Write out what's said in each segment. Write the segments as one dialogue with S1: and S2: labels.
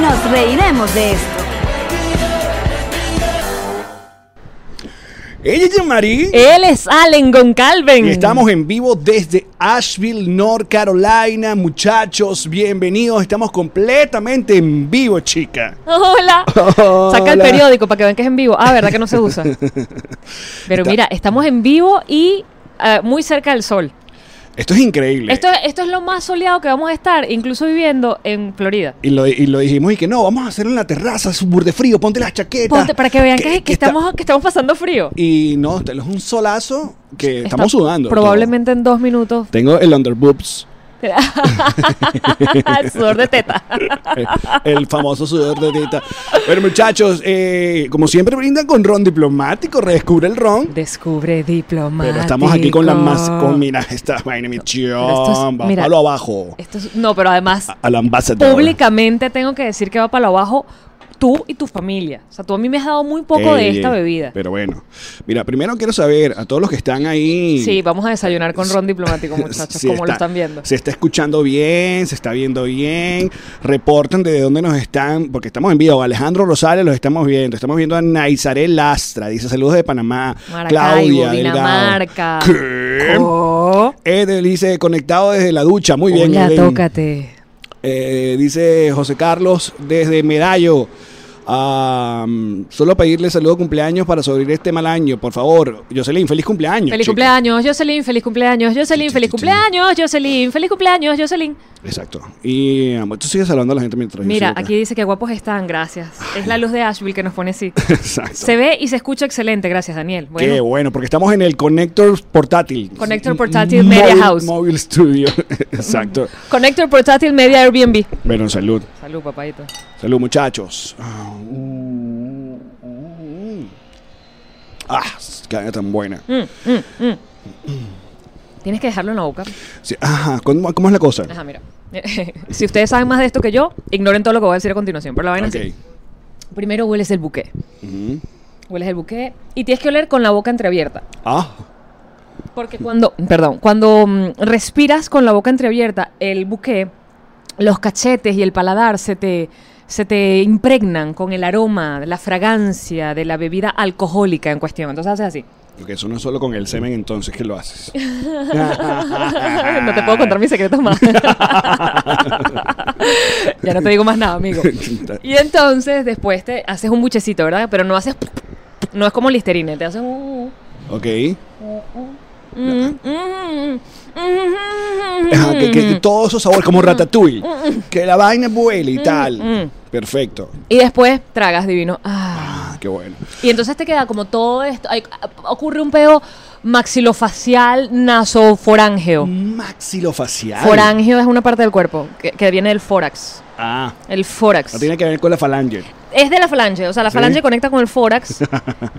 S1: Nos reiremos de esto.
S2: Ella es Jean-Marie.
S3: Él es Allen Goncalven.
S2: Y estamos en vivo desde Asheville, North Carolina. Muchachos, bienvenidos. Estamos completamente en vivo, chica.
S3: Hola. Saca el
S2: Hola.
S3: periódico para que vean que es en vivo. Ah, verdad que no se usa. Pero
S2: Está-
S3: mira, estamos en vivo y eh, muy cerca del sol.
S2: Esto es increíble.
S3: Esto, esto es lo más soleado que vamos a estar, incluso viviendo en Florida.
S2: y, lo, y lo dijimos y que no, vamos a hacerlo en la terraza, es un burde frío, ponte las chaquetas.
S3: Ponte, para que vean que, que
S2: está-
S3: estamos, que estamos pasando frío.
S2: Y no, es un solazo que
S3: Está-
S2: estamos sudando.
S3: Probablemente en dos minutos.
S2: Tengo el underboobs,
S3: el sudor de teta.
S2: eh, el famoso sudor de tita. Pero muchachos, eh, como siempre brindan con ron diplomático, redescubre el ron.
S3: Descubre diplomático.
S2: Pero estamos aquí con la más. Con, mira, esta vaina, mi
S3: esto es-
S2: chamba.
S3: mira.
S2: palo abajo.
S3: Esto es- no, pero además,
S2: a- Al ambasador.
S3: públicamente tengo que decir que va para lo abajo tú y tu familia. O sea, tú a mí me has dado muy poco de
S2: Ey,
S3: esta
S2: ey,
S3: bebida.
S2: Eh, Pero bueno. Mira, primero quiero saber a todos los que están ahí.
S3: Sí, vamos a desayunar con ron diplomático, muchachos,
S2: si
S3: como lo
S2: está-
S3: están viendo.
S2: Se está escuchando bien, se está viendo bien. Reporten de dónde nos están, porque estamos en vivo. Alejandro Rosales los estamos viendo. Estamos viendo a Naizaré Lastra. Dice saludos de Panamá.
S3: Maracaibo,
S2: Claudia Delgado.
S3: Dinamarca.
S2: ¿Qué?
S3: Oh.
S2: Edel dice conectado desde la ducha. Muy bien,
S3: Hola,
S2: Edel.
S3: tócate.
S2: Eh, dice José Carlos desde Medallo. Am, solo pedirle saludo de cumpleaños para sobrevivir este mal año, por favor. Jocelyn, feliz cumpleaños.
S3: Feliz
S2: chica.
S3: cumpleaños, Jocelyn, feliz cumpleaños, Jocelyn,
S2: Chi,
S3: feliz
S2: chi, chi, chi.
S3: cumpleaños, Jocelyn, feliz cumpleaños, Jocelyn.
S2: Exacto. Y am, tú sigues saludando a la gente mientras yo
S3: Mira,
S2: sigo acá.
S3: aquí dice que guapos están, gracias. Es la luz de Asheville que nos pone así.
S2: Exacto.
S3: Se ve y se escucha excelente, gracias, Daniel.
S2: Qué
S3: Bueno,
S2: bueno, porque estamos en el Connector Portátil.
S3: Connector
S2: M-
S3: Portátil
S2: Móvil-
S3: Media House.
S2: Móvil Studio. Exacto.
S3: Connector Portátil Media Airbnb.
S2: Bueno, salud.
S3: Salud, papadito.
S2: Salud, muchachos. Ah, mm, mm. Ah, qué vaina tan buena.
S3: Mm, mm, mm. Tienes que dejarlo en la boca.
S2: Sí, ajá, ¿cómo, cómo es la cosa?
S3: Ajá, mira. si ustedes saben más de esto que yo, ignoren todo lo que voy a decir a continuación. Pero la vaina es
S2: Ok.
S3: así. Primero hueles el buque.
S2: Ujú.
S3: Hueles el buque y tienes que oler con la boca entreabierta.
S2: Ah,
S3: Porque cuando, perdón, cuando mm, respiras con la boca entreabierta, el buque, los cachetes y el paladar se te, se te impregnan con el aroma, la fragancia de la bebida alcohólica en cuestión. Entonces haces así.
S2: porque eso no es solo con el semen entonces que lo haces.
S3: no te puedo contar mis secretos más. ya no te digo más nada, amigo. Y entonces después te haces un buchecito, ¿verdad? Pero no haces... No es como listerine, te haces... un-
S2: Ok. Ajá, que, que
S3: Y
S2: todos esos sabores, como ratatouille. Que la vaina vuele y tal. Perfecto.
S3: después tragas divino. Ah.
S2: Ah, qué bueno.
S3: Y entonces te queda como todo esto. ay, ocurre un peo maxilofacial
S2: Mm.
S3: nasoforángeo.
S2: Maxilofacial.
S3: Forangeo es una parte del cuerpo que, que viene del fórax.
S2: Ah,
S3: El fórax.
S2: no tiene que ver con la falange.
S3: Es de la falange, o sea, la
S2: ¿Sí?
S3: falange conecta con el fórax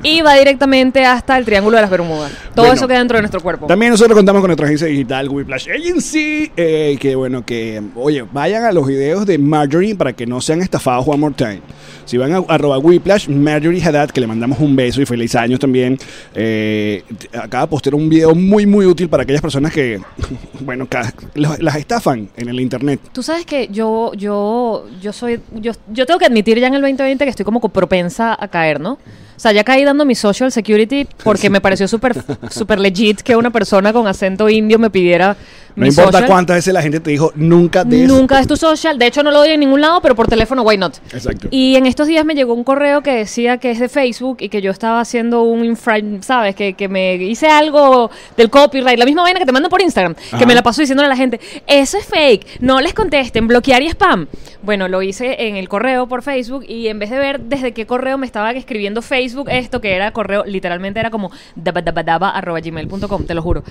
S3: y va directamente hasta el triángulo de las Bermudas. Todo
S2: Bueno,
S3: eso queda dentro de nuestro cuerpo.
S2: También nosotros contamos con nuestra agencia digital Whiplash Agency. eh, que bueno, que oye, vayan a los videos de Marjorie para que no sean estafados one more time. Si van a arroba Whiplash, Marjorie Haddad, que le mandamos un beso y feliz años también. eh, t- acaba de postear un video muy, muy útil para aquellas personas que, bueno, ca- lo- las estafan en el internet.
S3: Tú sabes que yo, yo, yo soy, yo, yo tengo que admitir ya en el 2020 que estoy como co- propensa a caer, ¿no? O sea, ya caí dando mi social security porque me pareció súper super legit que una persona con acento indio me pidiera
S2: No
S3: mi
S2: importa
S3: social.
S2: cuántas veces la gente te dijo, nunca des.
S3: Nunca es tu social. De hecho, no lo doy en ningún lado, pero por teléfono, why not?
S2: Exacto.
S3: Y en estos días me llegó un correo que decía que es de Facebook y que yo estaba haciendo un infra, ¿sabes? Que, que me hice algo del copyright, la misma vaina que te mando por Instagram,
S2: Ajá.
S3: que me la paso diciéndole a la gente, eso es fake, no les contesten, bloquear y spam. Bueno, lo hice en el correo por Facebook y en vez de ver desde qué correo me estaba escribiendo Facebook esto, que era correo, literalmente era como dabadabadaba arroba gmail.com, te lo juro.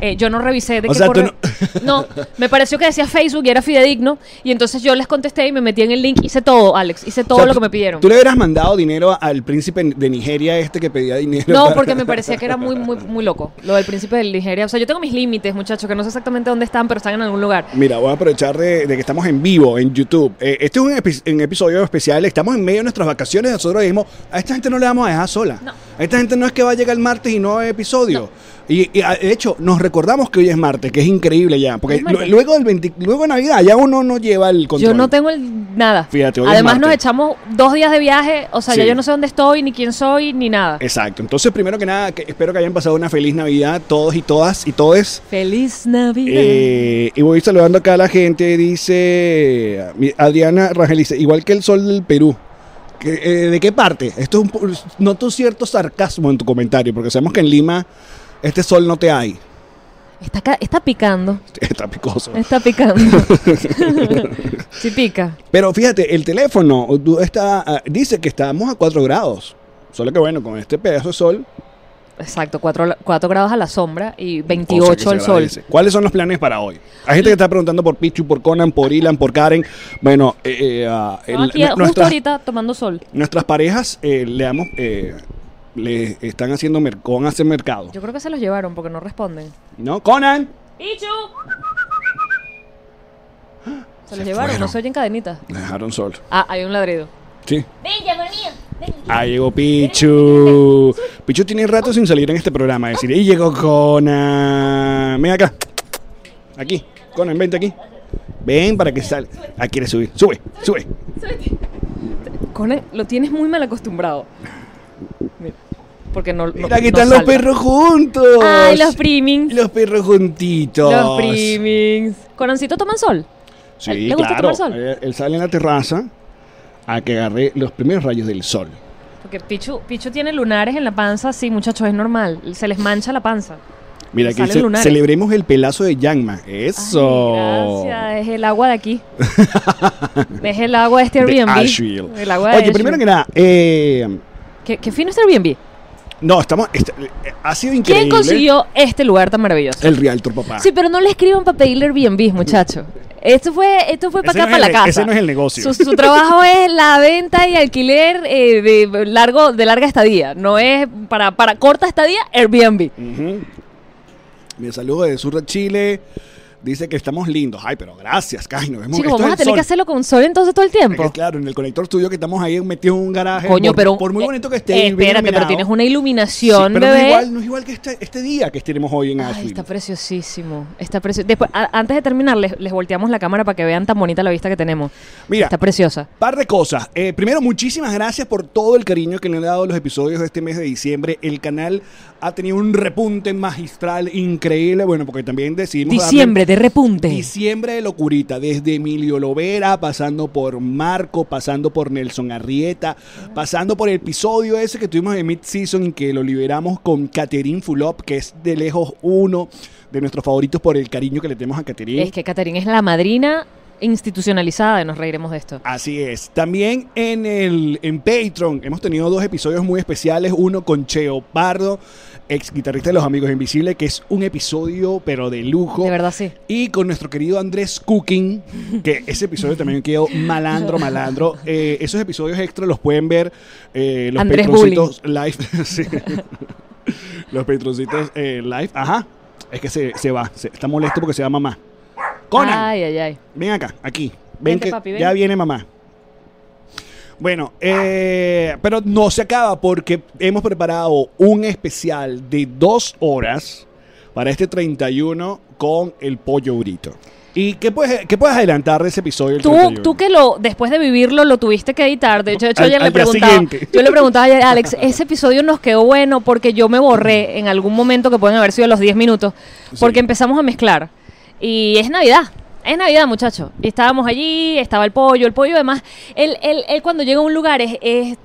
S3: Eh, yo no revisé de
S2: O
S3: qué
S2: sea, tú
S3: correo... No, me pareció que decía Facebook y era fidedigno. Y entonces yo les contesté y me metí en el link. Hice todo, Alex. Hice todo
S2: O sea,
S3: lo
S2: tú-
S3: que me pidieron.
S2: Tú le hubieras mandado dinero al príncipe de Nigeria este que pedía dinero.
S3: No,
S2: para-
S3: porque me parecía que era muy, muy, muy loco. Lo del príncipe de Nigeria. O sea, yo tengo mis límites, muchachos, que no sé exactamente dónde están, pero están en algún lugar.
S2: Mira, voy a aprovechar de, de que estamos en vivo en YouTube. Eh, este es un, epi- un episodio especial. Estamos en medio de nuestras vacaciones. Nosotros dijimos, a esta gente no le vamos a dejar sola.
S3: No.
S2: A esta gente no es que va a llegar el martes y no hay episodio. Y, y, a- de hecho, nos recordamos que hoy es martes, que es increíble ya. Porque
S3: Es martes.
S2: lu- luego, del 20 luego de Navidad ya uno no lleva el control.
S3: Yo no tengo el, nada.
S2: Fíjate, hoy es
S3: Además,
S2: martes.
S3: nos echamos dos días de viaje. O sea, ya
S2: Sí.
S3: yo no sé dónde estoy, ni quién soy, ni nada.
S2: Exacto. Entonces, primero que nada, que- espero que hayan pasado una feliz Navidad todos y todas y todes.
S3: Feliz Navidad.
S2: Eh, y voy saludando acá a la gente. Dice mi- Adriana Rangel, dice, igual que el sol del Perú. ¿Qué- eh, ¿De qué parte? Esto es un, po- noto cierto sarcasmo en tu comentario, porque sabemos que en Lima este sol no te hay.
S3: está, ca- está picando.
S2: Está picoso.
S3: Está picando. sí pica.
S2: Pero fíjate, el teléfono tú está, ah, dice que estamos a 4 grados. Solo que bueno, con este pedazo de sol.
S3: Exacto, 4 grados a la sombra y
S2: cosa que
S3: 28
S2: se
S3: al sol.
S2: agradece. ¿Cuáles son los planes para hoy? Hay gente que está preguntando por Pichu, por Conan, por Ilan, por Karen. Bueno, eh, eh, ah, el-
S3: No, aquí,
S2: nu-
S3: justo
S2: nuestras-
S3: ahorita tomando sol.
S2: Nuestras parejas eh, le damos, eh, le están haciendo mer- con hacer mercado.
S3: Yo creo que se los llevaron porque no responden.
S2: ¿No? Conan.
S3: ¡Ichu! Se,
S2: Se
S3: los llevaron,
S2: fueron.
S3: no se oyen cadenitas.
S2: Le dejaron solo.
S3: Ah, hay un ladrido.
S2: Sí. Ven, Ah, llegó Pichu. Pichu tiene rato sin salir en este programa. Decir, y llegó Conan. Ven acá. Aquí. Conan, vente aquí. Ven para que salga. Ah, quiere subir. Sube, sube.
S3: Conan, lo tienes muy mal acostumbrado. Mira, porque no. no-
S2: Mira, aquí
S3: no
S2: están los
S3: salta.
S2: perros juntos.
S3: ¡Ay, los primings!
S2: Los perros juntitos.
S3: Los primings. ¿Conancito toman sol?
S2: Sí,
S3: ¿Le gusta
S2: claro. Eh,
S3: tomar sol?
S2: Él, él sale en la terraza a que agarre los primeros rayos del sol.
S3: Porque Pichu, Pichu tiene lunares en la panza, sí, muchachos, es normal. Se les mancha la panza. Le
S2: Mira, aquí
S3: salen
S2: dice,
S3: lunares.
S2: celebremos el pelazo de Yangma. Eso.
S3: Ay, gracias, es el agua de aquí. es el agua de este
S2: De
S3: Airbnb.
S2: Asheville.
S3: El agua de
S2: Oye, primero que
S3: Asheville.
S2: nada, eh,
S3: ¿Qué, qué fino este Airbnb.
S2: no, estamos. est- eh, ha sido increíble.
S3: ¿Quién consiguió este lugar tan maravilloso?
S2: El Realtor, papá.
S3: Sí, pero no le escriban para pedirle Airbnb, muchacho. Esto fue, esto fue para
S2: Ese
S3: acá,
S2: no
S3: para
S2: es
S3: la
S2: el-
S3: casa.
S2: ese no es el
S3: Su,
S2: negocio.
S3: su trabajo es la venta y alquiler eh, de, largo, de larga estadía. No es para, para corta estadía, Airbnb.
S2: Ujú. Mi saludo de Sur de Chile. Dice que estamos lindos. Ay, pero gracias, Kai. Nos vemos.
S3: Chicos,
S2: Esto es
S3: vamos a
S2: el
S3: tener que
S2: sol.
S3: hacerlo con sol entonces todo el tiempo.
S2: Es que, claro, en el conector tuyo que estamos ahí metidos en un garaje.
S3: Coño,
S2: por,
S3: pero.
S2: Por muy
S3: eh,
S2: bonito que esté. bien
S3: Espérate, pero
S2: iluminado.
S3: tienes una iluminación,
S2: Sí, pero
S3: bebé.
S2: No es, igual, no es igual que este, este día que tenemos hoy en
S3: Ay,
S2: Asheville.
S3: está preciosísimo. Está precio- Después, a- antes de terminar, les, les volteamos la cámara para que vean tan bonita la vista que tenemos.
S2: Mira.
S3: Está preciosa.
S2: Par de cosas. Eh, primero, muchísimas gracias por todo el cariño que le han dado a los episodios de este mes de diciembre. El canal ha tenido un repunte magistral increíble. Bueno, porque también decidimos. darle-
S3: Diciembre, de repunte.
S2: Diciembre de locurita, desde Emilio Lovera, pasando por Marco, pasando por Nelson Arrieta, pasando por el episodio ese que tuvimos de Mid Season y que lo liberamos con Catherine Fulop, que es de lejos uno de nuestros favoritos por el cariño que le tenemos a Catherine.
S3: Es que Caterina es la madrina institucionalizada, y nos reiremos de esto.
S2: Así es. También en el en Patreon hemos tenido dos episodios muy especiales. Uno con Cheo Pardo, ex guitarrista de Los Amigos Invisibles, que es un episodio pero de lujo.
S3: De verdad, sí.
S2: Y con nuestro querido Andrés Cooking, que ese episodio también quedó malandro, malandro. Eh, esos episodios extra los pueden ver eh, los
S3: Andrés
S2: Patroncitos live. Sí. Los Patroncitos eh, live. Ajá. Es que se, se va. Se- está molesto porque se va mamá. Conan.
S3: Ay, ay, ay.
S2: Ven acá, aquí. Ven
S3: Vente,
S2: que
S3: papi, ven.
S2: ya viene mamá. Bueno, eh, pero no se acaba porque hemos preparado un especial de dos horas para este 31 con el pollo brito. ¿Y qué puedes, qué puedes adelantar de ese episodio? del
S3: Tú,
S2: 31?
S3: tú que lo, después de vivirlo, lo tuviste que editar. De hecho, de hecho,
S2: Al-
S3: ayer
S2: al
S3: le
S2: día
S3: preguntaba.
S2: siguiente.
S3: Yo le preguntaba ayer, Alex, ese episodio nos quedó bueno porque yo me borré en algún momento que pueden haber sido los 10 minutos, porque
S2: Sí.
S3: empezamos a mezclar. Y es Navidad. Es Navidad, muchachos. Y estábamos allí, estaba el pollo, el pollo además. Él, él, él cuando llega a un lugar es, es,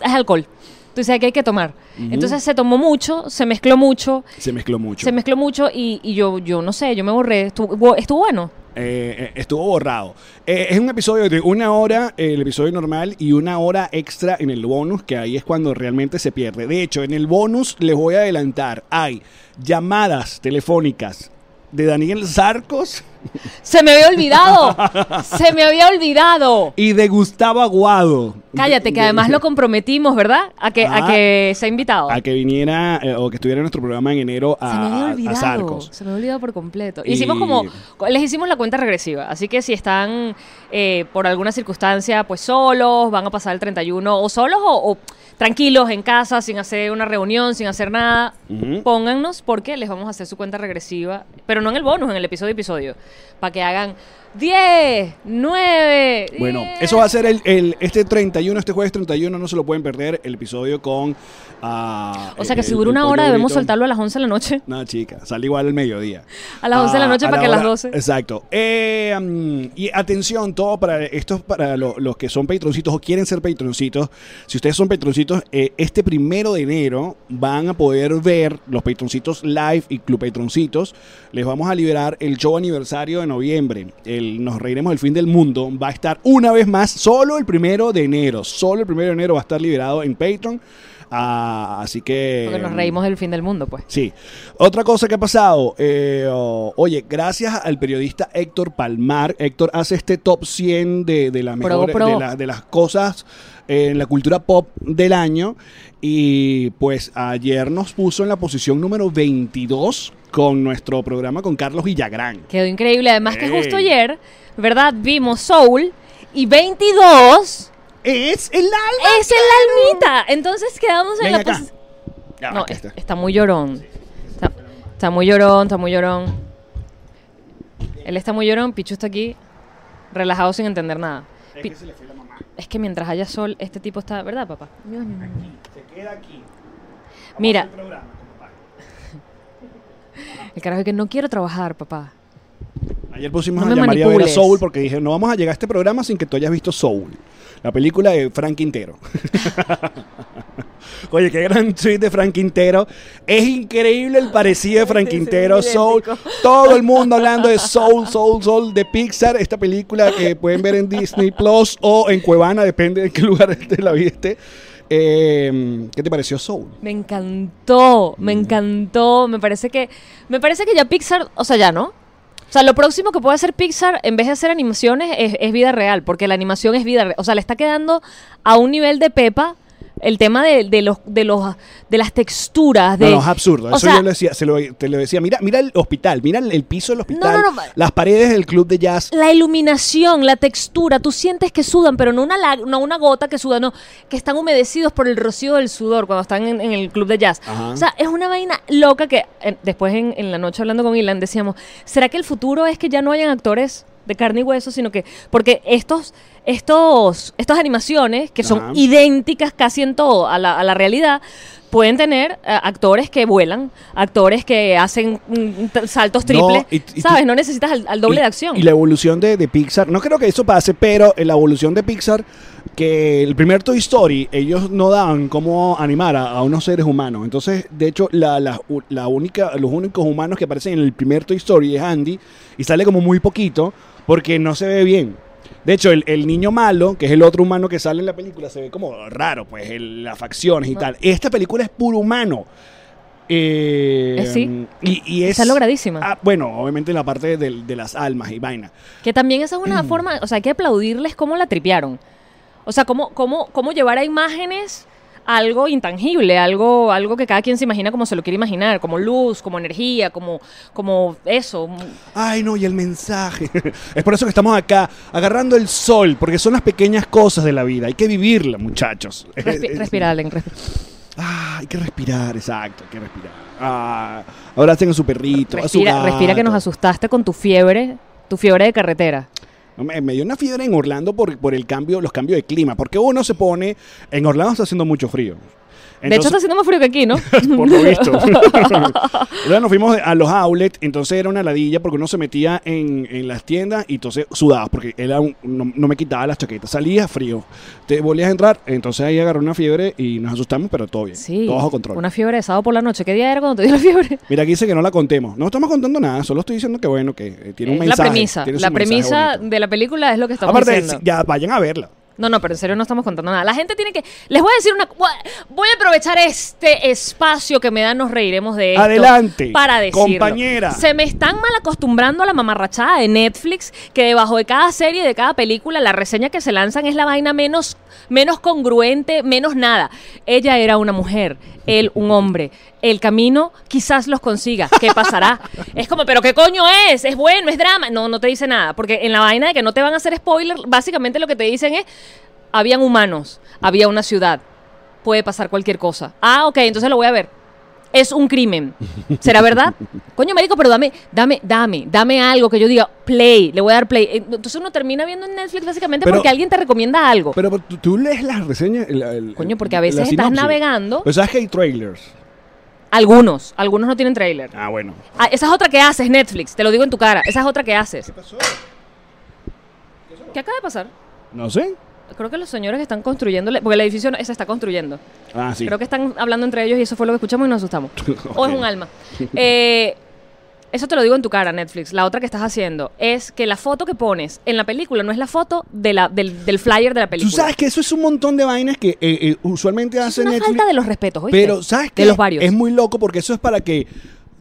S3: es alcohol. Entonces aquí hay que tomar. Entonces se tomó mucho, se mezcló mucho,
S2: Se mezcló mucho.
S3: se mezcló mucho y, y yo, yo no sé, yo me borré. Estuvo, estuvo bueno.
S2: Eh, eh, estuvo borrado. Eh, es un episodio de una hora, eh, el episodio normal, y una hora extra en el bonus, que ahí es cuando realmente se pierde. De hecho, en el bonus les voy a adelantar, hay llamadas telefónicas de Daniel Sarcos
S3: Se me había olvidado. se me había olvidado.
S2: y de Gustavo Aguado.
S3: Cállate, que además lo comprometimos, ¿verdad? A que,
S2: Ah.
S3: a que sea invitado.
S2: A que viniera eh, o que estuviera en nuestro programa en enero
S3: se me había
S2: a, a
S3: olvidado.
S2: Sarcos.
S3: Se me había olvidado por completo.
S2: Y-
S3: Hicimos como. Les hicimos la cuenta regresiva. Así que si están eh, por alguna circunstancia, pues solos, van a pasar el 31, o solos o, o tranquilos en casa, sin hacer una reunión, sin hacer nada,
S2: Ujú.
S3: póngannos porque les vamos a hacer su cuenta regresiva. Pero no en el bonus, en el episodio episodio. Para que hagan 10, 9.
S2: Bueno, eso va a ser el, el- este 31, este jueves 31, no se lo pueden perder, el episodio con... ah,
S3: O sea que
S2: el-
S3: si dura
S2: el
S3: una
S2: pollo
S3: hora debemos
S2: frito.
S3: soltarlo a las 11 de la noche.
S2: No, chica, sale igual al mediodía. Ah,
S3: A las 11 de la noche para que a las 12.
S2: Exacto. Eh, mm, y atención, todo para estos, para lo- los que son patroncitos o quieren ser patroncitos. Si ustedes son patroncitos, eh, este primero de enero van a poder ver los patroncitos live y club patroncitos. Les vamos a liberar el show aniversario de noviembre. El Nos reiremos del fin del mundo. Va a estar una vez más solo el primero de enero. Solo el primero de enero va a estar liberado en Patreon. Ah, así que.
S3: Porque nos reímos del fin del mundo, pues.
S2: Sí. Otra cosa que ha pasado, eh, oh, oye, gracias al periodista Héctor Palmar, Héctor hace este top 100 de, de, las
S3: Pro,
S2: mejores-
S3: pro.
S2: de, la- de las cosas eh, en la cultura pop del año y pues ayer nos puso en la posición número 22 con nuestro programa con Carlos Villagrán.
S3: Quedó increíble. Además que justo
S2: Ey.
S3: ayer, ¿verdad? Vimos Soul y 22
S2: Es el alma.
S3: es el almita. Entonces quedamos en
S2: Ven
S3: la
S2: acá.
S3: posi-
S2: Ya,
S3: No,
S2: acá
S3: es-
S2: está.
S3: está muy llorón. Está, está muy llorón, está muy llorón. Él está muy llorón, Pichu está aquí, relajado sin entender nada. Pi- Es que, mientras haya sol, este tipo está, ¿verdad, papá? Mira, el carajo es que no quiero trabajar, papá.
S2: Ayer pusimos
S3: No
S2: a
S3: me
S2: Ana María Vera
S3: manipules.
S2: Soul porque dije, no vamos a llegar a este programa sin que tú hayas visto Soul, la película de Frank Quintero. Oye, qué gran tweet de Frank Quintero. Es increíble el parecido de Frank Quintero, Soul. Todo el mundo hablando de Soul, Soul, Soul de Pixar. Esta película que pueden ver en Disney Plus o en Cuevana, depende de qué lugar te la viste. Eh, ¿Qué te pareció Soul?
S3: Me encantó,
S2: Mm.
S3: me encantó. Me parece que. Me parece que ya Pixar. O sea, ya no. O sea, lo próximo que puede hacer Pixar, en vez de hacer animaciones, es, es vida real, porque la animación es vida real. O sea, le está quedando a un nivel de Pepa el tema de, de los, de los de las texturas. De,
S2: No, no, es absurdo.
S3: O
S2: Eso
S3: sea,
S2: yo le decía, se lo, te lo decía. Mira, mira el hospital, mira el, el piso del hospital,
S3: no, no.
S2: las paredes del club de jazz.
S3: la iluminación, la textura, tú sientes que sudan, pero no una, lag- no una gota que suda, no, que están humedecidos por el rocío del sudor cuando están en, en el club de jazz.
S2: Ajá.
S3: O sea, es una vaina loca que eh, después en, en la noche hablando con Ilan decíamos, ¿será que el futuro es que ya no hayan actores de carne y hueso, sino que, porque estos, estos, estas animaciones que son
S2: Ajá.
S3: idénticas casi en todo a la, a la realidad, pueden tener eh, actores que vuelan, actores que hacen mm, t- saltos
S2: No,
S3: triples,
S2: y- y-
S3: ¿sabes? No necesitas al, al doble
S2: y,
S3: de acción.
S2: Y la evolución de, de Pixar, no creo que eso pase, pero en la evolución de Pixar, que el primer Toy Story, ellos no daban cómo animar a, a unos seres humanos. Entonces, de hecho, la, la- la única, los únicos humanos que aparecen en el primer Toy Story es Andy, y sale como muy poquito, porque no se ve bien. De hecho, el, el niño malo, que es el otro humano que sale en la película, se ve como raro, pues, el- las facciones
S3: Ah.
S2: y tal. Esta película es puro humano. Eh,
S3: Eh, sí.
S2: y, y es,
S3: Está logradísima.
S2: Ah, bueno, obviamente la parte del- de las almas y vaina.
S3: Que también esa es una
S2: Mm.
S3: forma, o sea, hay que aplaudirles cómo la tripearon. O sea, cómo, cómo, cómo llevar a imágenes algo intangible, algo, algo que cada quien se imagina como se lo quiere imaginar, como luz, como energía, como, como eso. Mm,
S2: Ay, no, y el mensaje. es por eso que estamos acá, agarrando el sol, porque son las pequeñas cosas de la vida. Hay que vivirla, muchachos.
S3: Respi-
S2: Es-
S3: respirar, Allen, respi-
S2: Ah, hay que respirar, exacto, hay que respirar. Ah, abracen a su perrito, a su
S3: respira, respira que nos
S2: gato.
S3: asustaste con tu fiebre, tu fiebre de carretera.
S2: No, Me, me dio una fiebre en Orlando por, por el cambio, los cambios de clima, porque uno se pone, en Orlando está haciendo mucho frío.
S3: de hecho, está
S2: Entonces-
S3: haciendo más frío que aquí, ¿no?
S2: por lo visto. Entonces nos fuimos a los outlets, entonces era una ladilla porque uno se metía en, en las tiendas y entonces sudabas porque era un- no, no me quitaba las chaquetas, salía frío. Te volvías a entrar, entonces ahí agarró una fiebre y nos asustamos, pero todo bien,
S3: Sí.
S2: todo bajo control.
S3: Una fiebre de sábado por la noche. ¿Qué día era cuando te dio la fiebre?
S2: Mira, aquí dice que no la contemos. No estamos contando nada, solo estoy diciendo que bueno, que eh, tiene un
S3: Es la
S2: mensaje.
S3: premisa.
S2: tiene su
S3: La
S2: mensaje
S3: premisa
S2: bonito.
S3: de la película es lo que estamos
S2: Aparte,
S3: diciendo.
S2: ya vayan a verla.
S3: No, no, pero en serio no estamos contando nada. La gente tiene que. Les voy a decir una. Voy a aprovechar este espacio que me dan, nos reiremos de esto.
S2: Adelante,
S3: Para decirlo.
S2: compañera.
S3: Se me están mal acostumbrando a la mamarrachada de Netflix, que debajo de cada serie, de cada película, la reseña que se lanzan es la vaina menos, menos congruente, menos nada. Ella era una mujer, él un hombre. El camino quizás los consiga. ¿Qué pasará? es como, pero ¿qué coño es? Es bueno, es drama. No, no te dice nada. Porque en la vaina de que no te van a hacer spoiler, básicamente lo que te dicen es, habían humanos, había una ciudad, puede pasar cualquier cosa. Ah, ok, entonces lo voy a ver. Es un crimen. ¿Será verdad? Coño, médico, pero dame, dame, dame, dame algo que yo diga play, le voy a dar play. Eh, Entonces uno termina viendo en Netflix básicamente
S2: Pero-
S3: porque alguien te recomienda algo.
S2: Pero, pero tú, tú lees las reseñas. el- el-
S3: Coño, porque a
S2: la
S3: veces estás
S2: sinopsis.
S3: navegando.
S2: Pero sabes que hay trailers.
S3: algunos, algunos no tienen trailer.
S2: Ah, bueno.
S3: Ah, esa es otra que haces, Netflix, te lo digo en tu cara. Esa es otra que haces. ¿Qué pasó? ¿Qué acaba de pasar?
S2: No sé.
S3: Creo que los señores están construyendo, porque el edificio no- se está construyendo.
S2: Ah, sí.
S3: Creo que están hablando entre ellos y eso fue lo que escuchamos y nos asustamos. O
S2: Ok.
S3: es un alma. Eh, eso te lo digo en tu cara, Netflix. La otra que estás haciendo es que la foto que pones en la película no es la foto de la, del, del flyer de la película.
S2: Tú sabes que eso es un montón de vainas que eh, eh, usualmente
S3: Eso es
S2: hace
S3: una
S2: Netflix.
S3: falta de los respetos, ¿oíste?
S2: pero sabes que
S3: De los varios.
S2: es muy loco porque eso es para que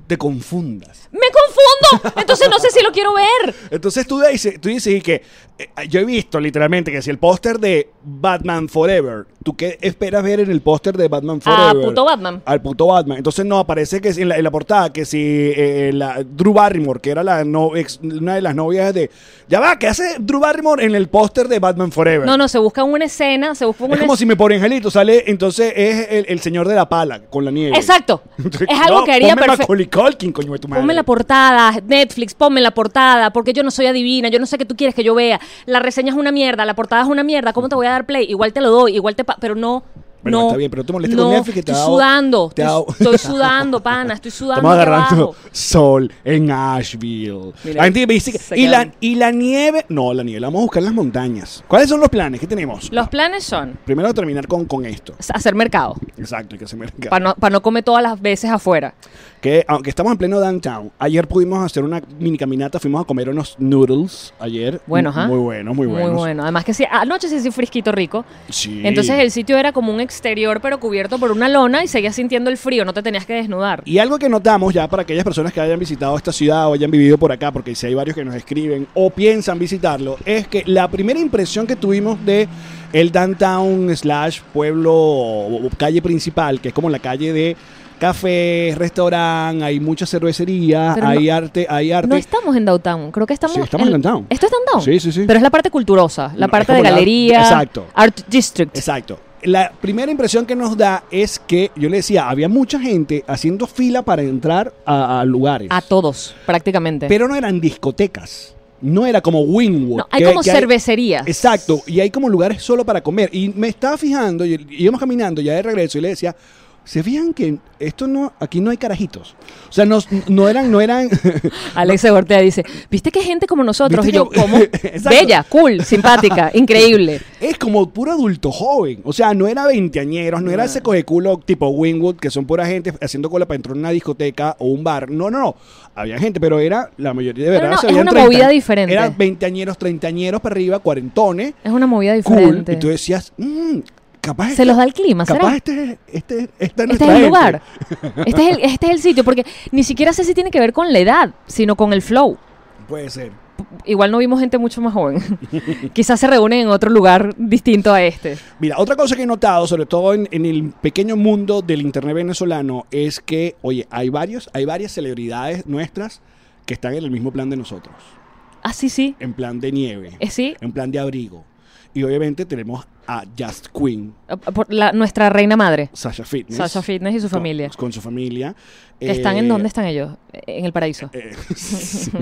S2: te confundas.
S3: ¡Me confundo! Entonces no sé si lo quiero ver.
S2: Entonces tú dices, tú dices y que eh, yo he visto literalmente que si el póster de Batman Forever, ¿tú qué esperas ver en el póster de Batman
S3: Ah,
S2: Forever?
S3: puto Batman.
S2: Al puto Batman. Entonces no, aparece que si en la, en la portada que si eh, la, Drew Barrymore, que era la no- ex- una de las novias de... Ya va, ¿qué hace Drew Barrymore en el póster de Batman Forever?
S3: No, no, se busca una escena, se busca una
S2: Es como
S3: escena.
S2: si mi pobre angelito sale, entonces es el, el señor de la pala con la nieve.
S3: Exacto. Es algo
S2: No,
S3: que haría
S2: ponme
S3: perfecto.
S2: Macaulay Culkin, coño de tu madre.
S3: Ponme la portada, Netflix, ponme la portada, porque yo no soy adivina, yo no sé qué tú quieres que yo vea. La reseña es una mierda, la portada es una mierda, ¿cómo te voy a dar play? Igual te lo doy, igual te... pa- pero no,
S2: Bueno,
S3: no.
S2: está bien, pero tú molestas
S3: no,
S2: con Netflix que te ha
S3: estoy
S2: dado-
S3: sudando,
S2: te ha
S3: estoy,
S2: dado-
S3: estoy sudando, pana, estoy sudando
S2: Estamos
S3: aquí
S2: agarrando
S3: abajo.
S2: sol en Asheville.
S3: Mira,
S2: La gente me dice que-
S3: se
S2: y, la,
S3: quedaron.
S2: y la nieve. No, la nieve, la vamos a buscar en las montañas. ¿Cuáles son los planes? ¿Qué tenemos?
S3: Los planes son
S2: Primero terminar con, con esto.
S3: hacer mercado,
S2: Exacto, hay que hacer mercado.
S3: para no, pa' no comer todas las veces afuera.
S2: Que aunque estamos en pleno downtown, ayer pudimos hacer una mini caminata, fuimos a comer unos noodles ayer.
S3: Buenos, ¿ah?
S2: Muy buenos, muy buenos.
S3: Muy bueno. Además que sí, anoche sí hizo frisquito rico.
S2: Sí.
S3: Entonces el sitio era como un exterior, pero cubierto por una lona y seguías sintiendo el frío, no te tenías que desnudar.
S2: Y algo que notamos ya para aquellas personas que hayan visitado esta ciudad o hayan vivido por acá, porque si hay varios que nos escriben o piensan visitarlo, es que la primera impresión que tuvimos de el downtown slash pueblo o calle principal, que es como la calle de cafés, restaurante, hay muchas cervecerías,
S3: Pero
S2: hay
S3: no-
S2: arte, hay arte.
S3: No estamos en downtown, creo que estamos,
S2: Sí, estamos en downtown.
S3: ¿Esto es downtown?
S2: Sí, sí, sí.
S3: Pero es la parte culturosa, la
S2: No,
S3: parte
S2: es
S3: de
S2: como la-
S3: galería,
S2: Exacto.
S3: Art District.
S2: Exacto. La primera impresión que nos da es que, yo le decía, había mucha gente haciendo fila para entrar a, a lugares.
S3: A todos, prácticamente.
S2: Pero no eran discotecas. No era como Wingwood.
S3: No, hay
S2: que-
S3: como
S2: que
S3: cervecerías.
S2: Exacto. Y hay como lugares solo para comer. Y me estaba fijando, y y íbamos caminando ya de regreso y le decía. ¿Se fijan que esto no, aquí no hay carajitos? O sea, no, no eran, no eran,
S3: Alex Ortega dice, ¿viste que gente como nosotros? Y
S2: ¿Viste
S3: yo,
S2: que-
S3: ¿cómo?
S2: Exacto.
S3: Bella, cool, simpática, increíble.
S2: es como puro adulto joven. O sea, no era veinteañeros, no
S3: Ah.
S2: era ese cojeculo tipo Wingwood, que son pura gente haciendo cola para entrar a una discoteca o un bar. No, no, no. Había gente, pero era la mayoría de
S3: Pero
S2: verdad.
S3: no,
S2: se
S3: es
S2: veían
S3: una
S2: 30
S3: movida diferente.
S2: Eran veinteañeros, treintañeros para arriba, cuarentones.
S3: Es una movida
S2: cool
S3: diferente.
S2: y tú decías, "Mm, capaz
S3: Se los da el clima, ¿será?
S2: capaz este, este, esta
S3: Este
S2: nuestra
S3: es el
S2: gente".
S3: lugar. Este es el, este es el sitio, porque ni siquiera sé si tiene que ver con la edad, sino con el flow.
S2: Puede ser.
S3: Igual no vimos gente mucho más joven. Quizás se reúnen en otro lugar distinto a este.
S2: Mira, otra cosa que he notado, sobre todo en, en el pequeño mundo del internet venezolano, es que, oye, hay varios, hay varias celebridades nuestras que están en el mismo plan de nosotros,
S3: Ah, sí, sí.
S2: en plan de nieve,
S3: Eh, sí.
S2: en plan de abrigo. Y obviamente tenemos a Just Queen,
S3: Eh, por la- nuestra reina madre,
S2: Sasha Fitness.
S3: Sasha Fitness y su
S2: con-
S3: familia.
S2: Con, su familia.
S3: que ¿Están
S2: Eh,
S3: en dónde están ellos? En el paraíso.
S2: eh,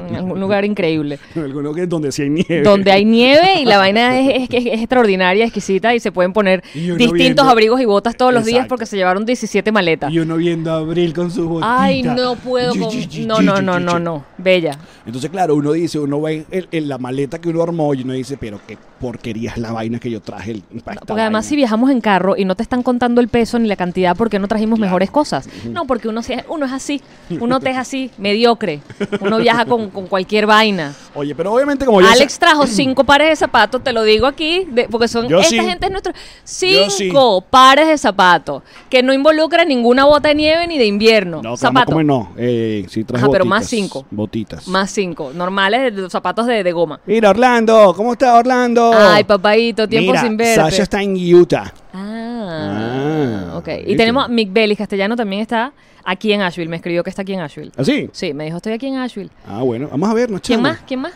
S3: en algún lugar increíble.
S2: en algún lugar donde sí hay nieve.
S3: Donde hay nieve y la vaina es, es, que es extraordinaria, exquisita y se pueden poner
S2: Y uno
S3: distintos
S2: viendo-
S3: abrigos y botas todos los días
S2: Exacto.
S3: porque se llevaron 17 maletas.
S2: Y uno viendo a Abril con su botita.
S3: Ay, no puedo.
S2: Yu,
S3: con-
S2: yu, yu,
S3: No,
S2: yu,
S3: no,
S2: yu,
S3: no,
S2: yu,
S3: no,
S2: yu.
S3: no. Bella.
S2: Entonces, claro, uno dice, uno ve el- el- la maleta que uno armó y uno dice, pero qué porquería es la vaina que yo traje. el- para esta
S3: Porque además si
S2: vaina".
S3: viajamos en carro y no te están contando el peso ni la cantidad porque no trajimos mejores cosas. No, porque uno, se- uno es así, uno te es así, mediocre. Uno viaja con, con cualquier vaina.
S2: Oye, pero obviamente como yo...
S3: Alex trajo cinco pares de zapatos, te lo digo aquí, de- porque son
S2: Yo
S3: esta
S2: sí.
S3: gente es nuestro
S2: Yo sí.
S3: cinco pares de zapatos que no involucran ninguna bota de nieve ni de invierno.
S2: No,
S3: zapatos
S2: ¿cómo no? Eh, sí traje
S3: Ajá, pero
S2: botitas,
S3: más cinco.
S2: Botitas.
S3: más cinco normales de, de zapatos de, de goma.
S2: Mira, Orlando, ¿cómo está Orlando?
S3: Ay, papadito, tiempo
S2: Mira,
S3: sin verte.
S2: Sasha está en Utah.
S3: Ah,
S2: Ah,
S3: ok.
S2: ¿viste?
S3: Y tenemos a Mick Bellis, castellano, también está aquí en Asheville. Me escribió que está aquí en Asheville.
S2: ¿Así?
S3: Sí, me dijo, estoy aquí en Asheville.
S2: Ah, bueno, vamos a ver, ¿no?
S3: ¿Quién
S2: chamo?
S3: más? ¿Quién más?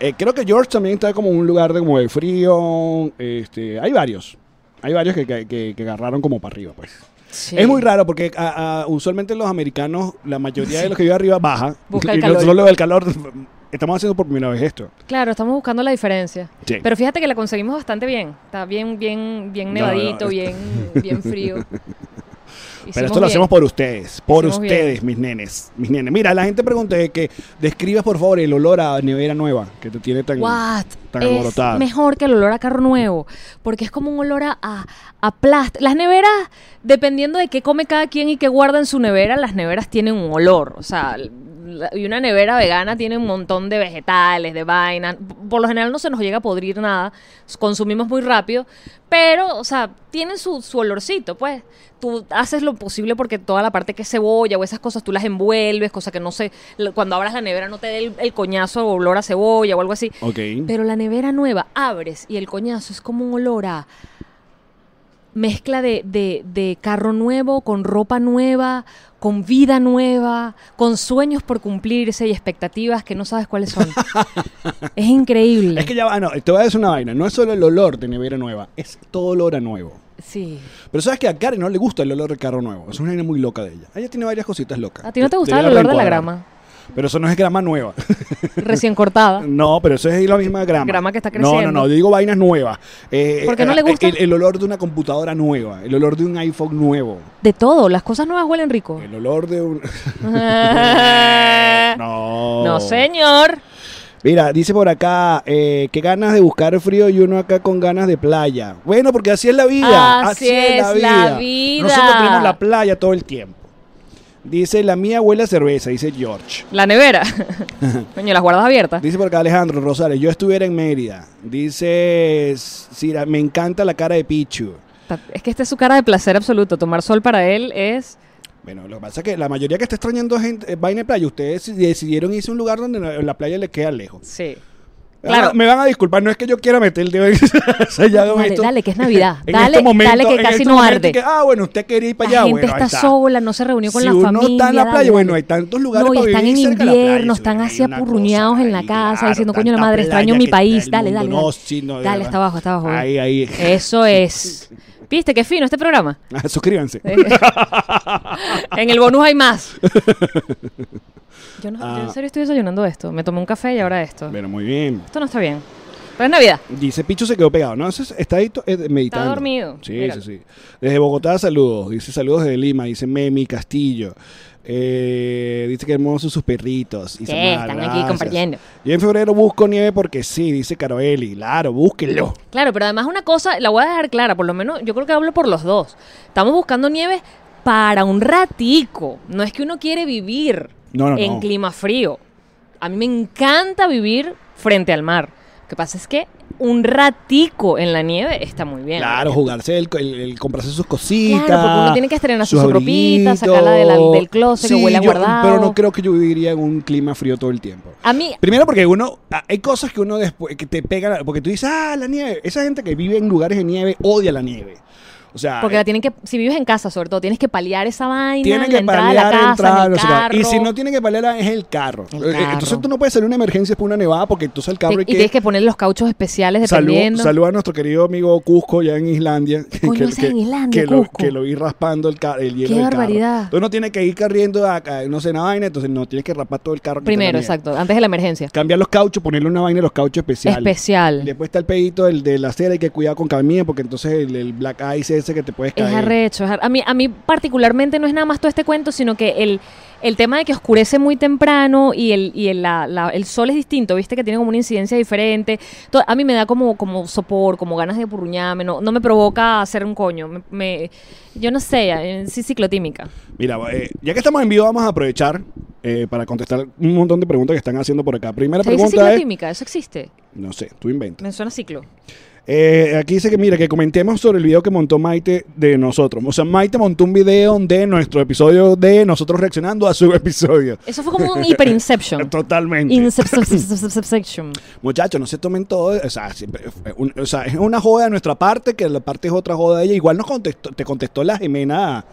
S2: Eh, creo que George también está como en un lugar de como de frío. Este, hay varios. Hay varios que, que- que- que agarraron como para arriba, pues.
S3: Sí.
S2: Es muy raro porque a- a- usualmente los americanos, la mayoría de los que viven arriba baja.
S3: Busca
S2: y
S3: el calor.
S2: nosotros lo del calor estamos haciendo por primera vez esto.
S3: Claro, estamos buscando la diferencia.
S2: Sí.
S3: Pero fíjate que la conseguimos bastante bien. Está bien, bien, bien
S2: No, no,
S3: nevadito,
S2: es-
S3: bien, bien frío.
S2: Pero esto lo hacemos por ustedes, por
S3: Hicimos bien.
S2: ustedes, mis nenes, mis nenes. Mira, la gente pregunta de que describas por favor el olor a nevera nueva que te tiene tan
S3: What?
S2: tan
S3: Es
S2: alborotada.
S3: mejor que el olor a carro nuevo, porque es como un olor a, a, a plástico. Las neveras, dependiendo de qué come cada quien y qué guarda en su nevera, las neveras tienen un olor. O sea, la- y una nevera vegana tiene un montón de vegetales, de vainas. Por lo general no se nos llega a podrir nada, consumimos muy rápido, pero, o sea, tienen su, su olorcito, pues. Tú haces lo posible porque toda la parte que es cebolla o esas cosas tú las envuelves, cosa que no sé, cuando abras la nevera no te dé el, el coñazo o olor a cebolla o algo así.
S2: Ok.
S3: Pero la nevera nueva, abres y el coñazo es como un olor a mezcla de, de- de carro nuevo, con ropa nueva, con vida nueva, con sueños por cumplirse y expectativas que no sabes cuáles son. es increíble.
S2: Es que ya va, no, te voy a decir una vaina. No es solo el olor de nevera nueva, es todo olor a nuevo.
S3: Sí.
S2: Pero sabes que a Karen no le gusta el olor de carro nuevo. Es una vaina muy loca de ella. Ella tiene varias cositas locas.
S3: ¿A ti no te
S2: Te-
S3: gustaba el
S2: voy a
S3: olor de la
S2: reencuadrar.
S3: grama?
S2: Pero eso no es grama nueva.
S3: Recién cortada.
S2: no, pero eso es la misma grama.
S3: Grama que está
S2: No, no,
S3: creciendo.
S2: no. Digo vainas nuevas. Eh,
S3: ¿Por qué no
S2: eh,
S3: le gusta?
S2: El, el olor de una computadora nueva. El olor de un iPhone nuevo.
S3: De todo, las cosas nuevas huelen rico.
S2: El olor de un.
S3: no.
S2: no.
S3: señor.
S2: Mira, dice por acá, eh, qué ganas de buscar frío y uno acá con ganas de playa. Bueno, porque así es la vida.
S3: Así es la vida.
S2: Nosotros tenemos la playa todo el tiempo. Dice, la mía huele a cerveza, dice George.
S3: La nevera. Coño, las guardas abiertas.
S2: Dice por acá Alejandro Rosales, yo estuviera en Mérida. Dice, Sira, me encanta la cara de Pichu.
S3: Ta- Es que esta es su cara de placer absoluto. Tomar sol para él es.
S2: Bueno, lo que pasa es que la mayoría que está extrañando gente, eh, vaina de playa, ustedes decidieron irse a un lugar donde la- la playa le queda lejos.
S3: Sí.
S2: Me van a-
S3: Claro.
S2: Me van a disculpar, no es que yo quiera meter el dedo en ese hallado en
S3: Dale,
S2: esto.
S3: dale, que es Navidad.
S2: En
S3: Dale,
S2: este momento-
S3: dale, que
S2: en
S3: casi
S2: este
S3: no
S2: momento
S3: arde.
S2: que, ah, bueno, usted quería ir para
S3: la
S2: allá.
S3: gente
S2: bueno, ahí
S3: está, sola, no se reunió con
S2: si
S3: la familia.
S2: uno está en la
S3: dale,
S2: playa, bueno,
S3: dale.
S2: hay tantos lugares
S3: No, y
S2: para
S3: están
S2: vivir
S3: en
S2: cerca de la playa,
S3: invierno,
S2: si uno
S3: están
S2: hay
S3: así
S2: una cosa
S3: apurruñados en la
S2: ahí,
S3: casa,
S2: claro,
S3: diciendo, coño, la
S2: tanta
S3: madre,
S2: playa
S3: extraño
S2: que
S3: mi
S2: está
S3: país.
S2: el
S3: Dale, dale,
S2: mundo.
S3: dale.
S2: No, sí, no, de
S3: Dale,
S2: verdad.
S3: hasta abajo, hasta abajo.
S2: Ahí, ahí. Ah,
S3: Eso es. ¿Viste qué fino este programa?
S2: Suscríbanse.
S3: en el bonus hay más. Yo, no, yo
S2: Ah.
S3: en serio estoy desayunando esto. Me tomé un café y ahora esto.
S2: Bueno, muy bien.
S3: Esto no está bien. Pero es Navidad.
S2: Dice Picho se quedó pegado, ¿no? Entonces, está ahí to- eh, meditando.
S3: dormido.
S2: Sí,
S3: Míralo.
S2: sí, sí. Desde Bogotá, saludos. Dice saludos desde Lima. Dice Memi Castillo. Eh, dice que hermosos sus perritos. Dice,
S3: Sí,
S2: "Ma,
S3: están aquí
S2: gracias".
S3: compartiendo.
S2: Yo en febrero busco nieve porque sí, dice Caroeli. Claro, búsquenlo.
S3: Claro, pero además una cosa, la voy a dejar clara, por lo menos yo creo que hablo por los dos. Estamos buscando nieve para un ratico. No es que uno quiere vivir
S2: No, no,
S3: en
S2: no.
S3: clima frío. A mí me encanta vivir frente al mar. Lo que pasa es que un ratico en la nieve está muy bien.
S2: Claro, jugarse, el, el- el comprarse sus cositas.
S3: Claro, porque uno tiene que estrenarse
S2: sus
S3: su ropita,
S2: abriguitos.
S3: sacarla de la- del closet, que
S2: Sí,
S3: huele a
S2: yo-
S3: guardado.
S2: Pero no creo que yo viviría en un clima frío todo el tiempo.
S3: A mí,
S2: Primero porque uno, ah, hay cosas que uno después, que te pegan, porque tú dices, ah, la nieve. Esa gente que vive en lugares de nieve odia la nieve. O sea, eh,
S3: Porque la tienen que, si vives en casa sobre todo, tienes que paliar esa vaina,
S2: tienen
S3: la
S2: que
S3: entrada a
S2: paliar,
S3: la casa,
S2: entrar,
S3: en
S2: no
S3: el
S2: sé qué.
S3: carro.
S2: Y si no tienen que paliar es el carro.
S3: El
S2: Eh, eh, Entonces
S3: carro.
S2: tú no puedes salir una emergencia por una nevada porque entonces el
S3: Te-
S2: carro
S3: y
S2: hay
S3: tienes que poner los cauchos especiales
S2: Salud,
S3: dependiendo.
S2: salud a nuestro querido amigo Cusco ya en Islandia.
S3: Coño, ese en Islandia,
S2: que lo,
S3: Cusco.
S2: que lo vi raspando el, ca- el hielo
S3: Qué
S2: del
S3: barbaridad.
S2: carro. Entonces no tiene que ir corriendo a, a no sé, una vaina, entonces no tienes que raspar todo el carro. que te
S3: Primero,
S2: la mierda.
S3: exacto, antes de la emergencia.
S2: Cambiar los cauchos, ponerle una vaina a los cauchos especiales.
S3: Especial.
S2: Después está el pedito del de la cera, hay que cuidar con camilla porque entonces el, el black ice ese que te puedes
S3: Es
S2: caer.
S3: arrecho. es ar- A mí, a mí particularmente no es nada más todo este cuento, sino que el, el tema de que oscurece muy temprano y el, y el, la- la- el sol es distinto, viste que tiene como una incidencia diferente. To- a mí me da como, como sopor, como ganas de purruñarme, no, no me provoca hacer un coño. Me, me- yo no sé, eh, sí ciclotímica.
S2: Mira, eh, ya que estamos en vivo, vamos a aprovechar eh, para contestar un montón de preguntas que están haciendo por acá. Primera
S3: ¿Se dice
S2: pregunta ¿eh? es.
S3: ciclotímica? ¿Eso existe?
S2: No sé, tú inventas.
S3: Me suena ciclo.
S2: Eh, aquí dice que, mira, que comentemos sobre el video que montó Maite de nosotros. O sea, Maite montó un video de nuestro episodio de nosotros reaccionando a su episodio.
S3: Eso fue como un hiperinception.
S2: Totalmente.
S3: Inception.
S2: Muchachos, no se tomen todo. O sea, siempre- eh, un- o sea, es una joda de nuestra parte, que la parte es otra joda de ella. Igual nos contestó, te contestó la gemena.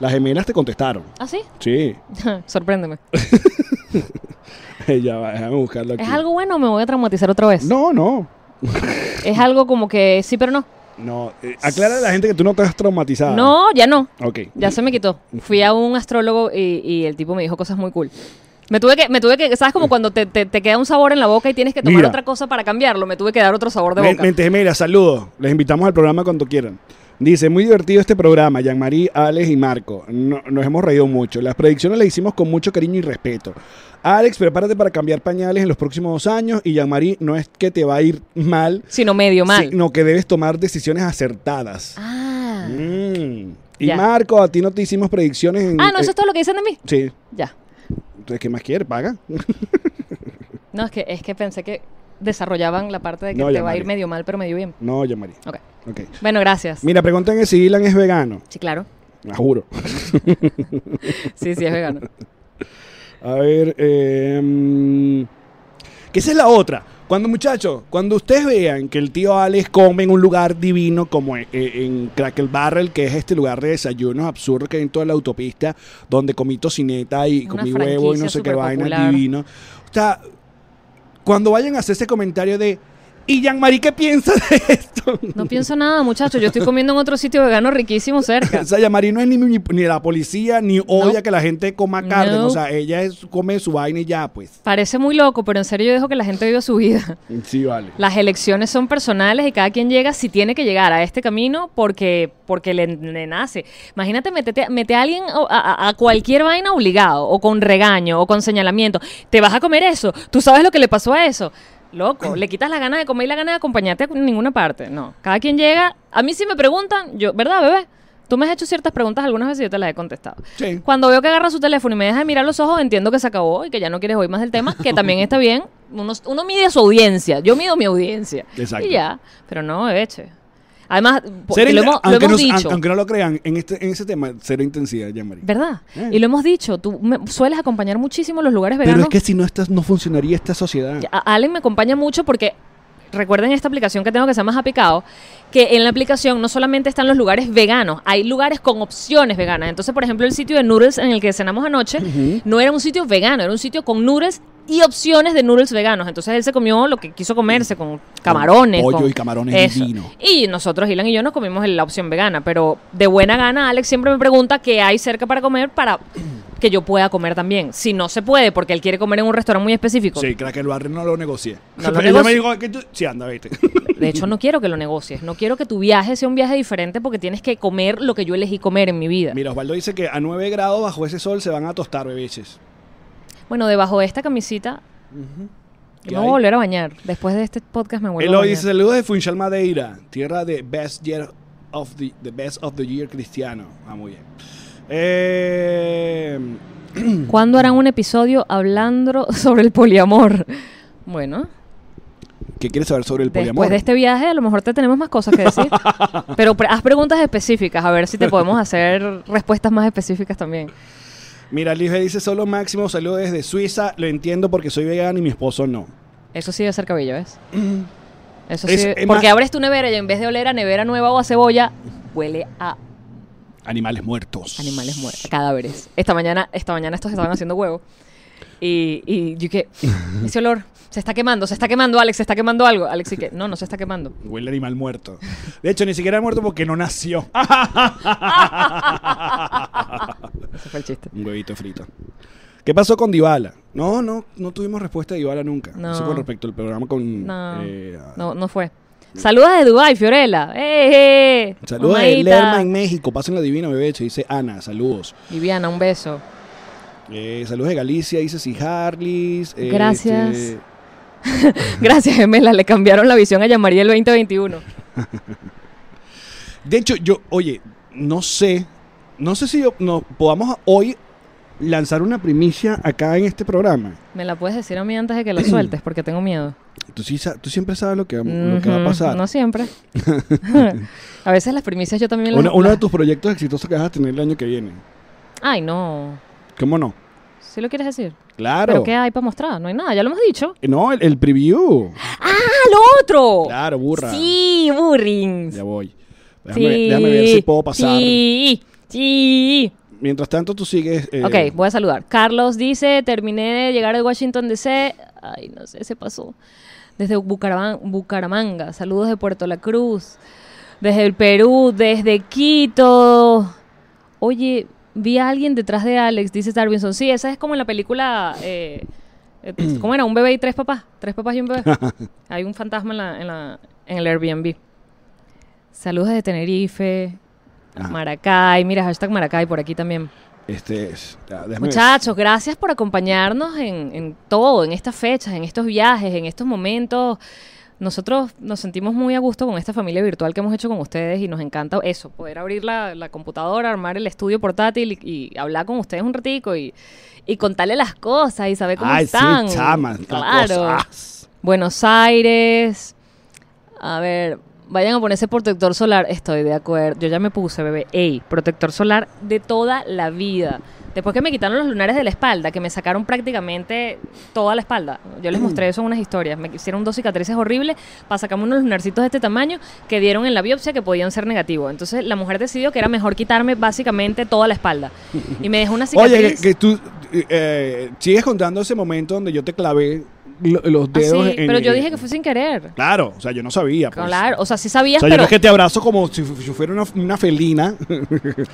S2: Las gemelas te contestaron.
S3: ¿Ah, sí?
S2: Sí.
S3: Sorpréndeme.
S2: ya va, déjame buscarlo aquí.
S3: ¿Es algo bueno o me voy a traumatizar otra vez?
S2: No, no.
S3: Es algo como que sí, pero no.
S2: No. Eh, aclara a la gente que tú no estás traumatizada.
S3: No, ya no.
S2: Ok.
S3: Ya se me quitó. Fui a un astrólogo y, y el tipo me dijo cosas muy cool. Me tuve que, me tuve que, ¿sabes? Como cuando te, te- te queda un sabor en la boca y tienes que tomar
S2: Mira.
S3: otra cosa para cambiarlo. Me tuve que dar otro sabor de
S2: Me-
S3: boca.
S2: Mente Gemela, saludos. Les invitamos al programa cuando quieran. Dice, muy divertido este programa, Jean-Marie, Alex y Marco. No- nos hemos reído mucho. Las predicciones las hicimos con mucho cariño y respeto. Alex, prepárate para cambiar pañales en los próximos dos años y Jean-Marie no es que te va a ir mal,
S3: Sino medio mal.
S2: sino que debes tomar decisiones acertadas.
S3: Ah.
S2: Mm. Y
S3: Ya.
S2: Marco, a ti no te hicimos predicciones en...
S3: Ah, no, eso
S2: eh,
S3: es todo lo que dicen de mí.
S2: Sí.
S3: Ya.
S2: Entonces, ¿qué más quieres? Paga.
S3: No, es que, es que pensé que desarrollaban la parte de que
S2: No,
S3: te
S2: ya,
S3: va a
S2: Mari.
S3: ir medio mal, pero medio bien.
S2: No, Jean-Marie.
S3: Ok.
S2: Ok.
S3: Bueno, gracias.
S2: Mira, preguntan que si Ilan es vegano.
S3: Sí, claro.
S2: La juro.
S3: Sí, sí, es vegano.
S2: A ver, eh, que esa es la otra. Cuando muchachos, cuando ustedes vean que el tío Alex come en un lugar divino como en, en Crackle Barrel, que es este lugar de desayunos absurdo que hay en toda la autopista, donde comí tocineta y
S3: Una
S2: comí huevo y no
S3: franquicia
S2: sé qué
S3: súper
S2: vaina
S3: popular.
S2: divino. O sea, cuando vayan a hacer ese comentario de, ¿y Jean-Marie qué piensa de esto?
S3: No pienso nada, muchachos. Yo estoy comiendo en otro sitio vegano riquísimo cerca.
S2: O sea, Yamari no es ni, ni, ni la policía, ni odia que la gente coma carne.
S3: No.
S2: O sea, ella es- come su vaina y ya, pues.
S3: Parece muy loco, pero en serio yo dejo que la gente viva su vida.
S2: Sí, vale.
S3: Las elecciones son personales y cada quien llega si tiene que llegar a este camino porque, porque le, le nace. Imagínate meterte, mete a alguien o- a, a- a cualquier vaina obligado, o con regaño, o con señalamiento. Te vas a comer eso, tú sabes lo que le pasó a eso. Loco, le quitas la gana de comer y la gana de acompañarte a ninguna parte. No, cada quien llega. A mí si me preguntan, yo, ¿verdad, bebé? Tú me has hecho ciertas preguntas algunas veces y yo te las he contestado.
S2: Sí.
S3: Cuando veo que agarra su teléfono y me deja de mirar los ojos, entiendo que se acabó y que ya no quieres oír más del tema, que también está bien. Uno, uno mide su audiencia. Yo mido mi audiencia.
S2: Exacto.
S3: Y ya. Pero no, eche. Además, po-
S2: Ser
S3: y Pues, lo
S2: in-
S3: hemos, lo
S2: aunque,
S3: hemos
S2: no,
S3: dicho.
S2: aunque no lo crean, en, este, en ese tema, cero intensidad, Yamari.
S3: ¿Verdad?
S2: Eh.
S3: Y lo hemos dicho. Tú me- sueles acompañar muchísimo los lugares
S2: Pero
S3: veganos.
S2: es que si no, estás, no funcionaría esta sociedad.
S3: A- Allen me acompaña mucho porque recuerden esta aplicación que tengo que se llama Apicado, que en la aplicación no solamente están los lugares veganos, hay lugares con opciones veganas. Entonces, por ejemplo, el sitio de noodles en el que cenamos anoche no era un sitio vegano, era un sitio con noodles y opciones de noodles veganos. Entonces él se comió lo que quiso comerse con camarones,
S2: pollo
S3: con
S2: y camarones
S3: eso.
S2: divino.
S3: Y nosotros, Ilan y yo, nos comimos la opción vegana, pero de buena gana Alex siempre me pregunta qué hay cerca para comer para que yo pueda comer también. Si no se puede, porque él quiere comer en un restaurante muy específico,
S2: Sí, crack, el barrio no lo negocié.
S3: No lo
S2: Pero ella me
S3: negocio.
S2: dijo, que tú- sí, anda, vete.
S3: De hecho, no quiero que lo negocies. No quiero que tu viaje sea un viaje diferente porque tienes que comer lo que yo elegí comer en mi vida.
S2: Mira, Osvaldo dice que a 9 grados bajo ese sol se van a tostar, bebeches.
S3: Bueno, debajo de esta camisita, yo
S2: ¿Qué
S3: me voy
S2: hay?
S3: a volver a bañar. Después de este podcast me vuelvo a
S2: Eloy
S3: bañar.
S2: dice, saludos de Funchal Madeira, tierra de best year of the, the best of the year cristiano. Ah, muy bien. Eh,
S3: ¿Cuándo harán un episodio hablando sobre el poliamor? Bueno,
S2: ¿Qué quieres saber sobre el poliamor?
S3: después de este viaje a lo mejor te tenemos más cosas que decir. Pero pre- haz preguntas específicas, a ver si te podemos hacer respuestas más específicas también.
S2: Mira, Lisbe dice, solo máximo saludos desde Suiza. Lo entiendo porque soy vegano y mi esposo no.
S3: Eso sí debe ser cabello, ¿ves? Eso
S2: Es-
S3: sí,
S2: es
S3: porque
S2: más-
S3: abres tu nevera y en vez de oler a nevera nueva o a cebolla, huele a
S2: Animales muertos.
S3: animales muertos, cadáveres. Esta mañana, esta mañana estos estaban haciendo huevo. Y, y yo que, ese olor, se está quemando, se está quemando, Alex, se está quemando algo. Alex y que, no, no se está quemando.
S2: Huele a animal muerto. De hecho, ni siquiera muerto porque no nació.
S3: Ah. Ese fue el chiste.
S2: Un huevito frito. ¿Qué pasó con Dybala? No, no, no tuvimos respuesta de Dybala nunca.
S3: No.
S2: Eso con respecto al programa con...
S3: No,
S2: eh, a-
S3: no, no fue. Saludos de Dubai, Fiorella. ¡Eh, eh!
S2: Saludos de
S3: Mamadita.
S2: Lerma en México. Pásenla divina, bebé. Se dice Ana, saludos.
S3: Viviana, un beso.
S2: Eh, saludos de Galicia, dice Sijarlis. eh,
S3: Gracias.
S2: este,
S3: Gracias, gemela. Le cambiaron la visión a Yamariel 2021.
S2: De hecho, yo, oye, no sé, no sé si yo- no, podamos hoy lanzar una primicia acá en este programa.
S3: ¿Me la puedes decir a mí antes de que la sueltes? Porque tengo miedo.
S2: Tú, sí sa- tú siempre sabes lo que, vamos- lo que va a
S3: Ujú,
S2: pasar.
S3: No siempre. a veces las primicias yo también las...
S2: Uno, uno de
S3: las-
S2: tus proyectos exitosos que vas a tener el año que viene.
S3: Ay, no.
S2: ¿Cómo no?
S3: ¿Sí lo quieres decir?
S2: Claro.
S3: ¿Pero qué hay para mostrar? No hay nada, ya lo hemos dicho.
S2: No, el, el preview.
S3: ¡Ah, lo otro!
S2: Claro, burra.
S3: Sí, burrings.
S2: Ya voy. Déjame,
S3: Sí,
S2: déjame ver si puedo pasar.
S3: Sí, sí.
S2: Mientras tanto, tú sigues. eh,
S3: Ok, voy a saludar. Carlos dice, terminé de llegar de Washington DC. Ay, no sé, se pasó. Desde Bucaraman- Bucaramanga. Saludos de Puerto La Cruz. Desde el Perú, desde Quito. Oye, vi a alguien detrás de Alex, dice Darwinson. Sí, esa es como en la película... eh, eh, ¿Cómo era? Un bebé y tres papás. Tres papás y un bebé. Hay un fantasma en, la- en la- en el Airbnb. Saludos desde Tenerife.
S2: Ajá.
S3: Maracay, mira, hashtag Maracay por aquí también.
S2: Este es. ya, déjame ver.
S3: Muchachos, gracias por acompañarnos en, en todo, en estas fechas, en estos viajes, en estos momentos. Nosotros nos sentimos muy a gusto con esta familia virtual que hemos hecho con ustedes y nos encanta eso, poder abrir la, la computadora, armar el estudio portátil y, y hablar con ustedes un ratico y, y contarle las cosas y saber cómo
S2: Ay,
S3: están.
S2: sí, chama. la
S3: claro.
S2: cosa.
S3: Buenos Aires. A ver, vayan a ponerse protector solar. Estoy de acuerdo. Yo ya me puse, bebé. Ey, protector solar de toda la vida. Después que me quitaron los lunares de la espalda, que me sacaron prácticamente toda la espalda. Yo les mostré eso en unas historias. Me hicieron dos cicatrices horribles para sacarme unos lunarcitos de este tamaño que dieron en la biopsia que podían ser negativos. Entonces la mujer decidió que era mejor quitarme básicamente toda la espalda. Y me dejó una cicatriz.
S2: Oye, que, que tú eh, eh, sigues contando ese momento donde yo te clavé lo- los
S3: Ah, sí,
S2: dedos. en-
S3: pero yo
S2: en-
S3: dije que fue sin querer.
S2: Claro, o sea, yo no sabía. pues.
S3: Claro, o sea, sí
S2: O
S3: sabías,
S2: sea, yo
S3: pero...
S2: no es que te abrazo como si fu- yo fuera una, una felina,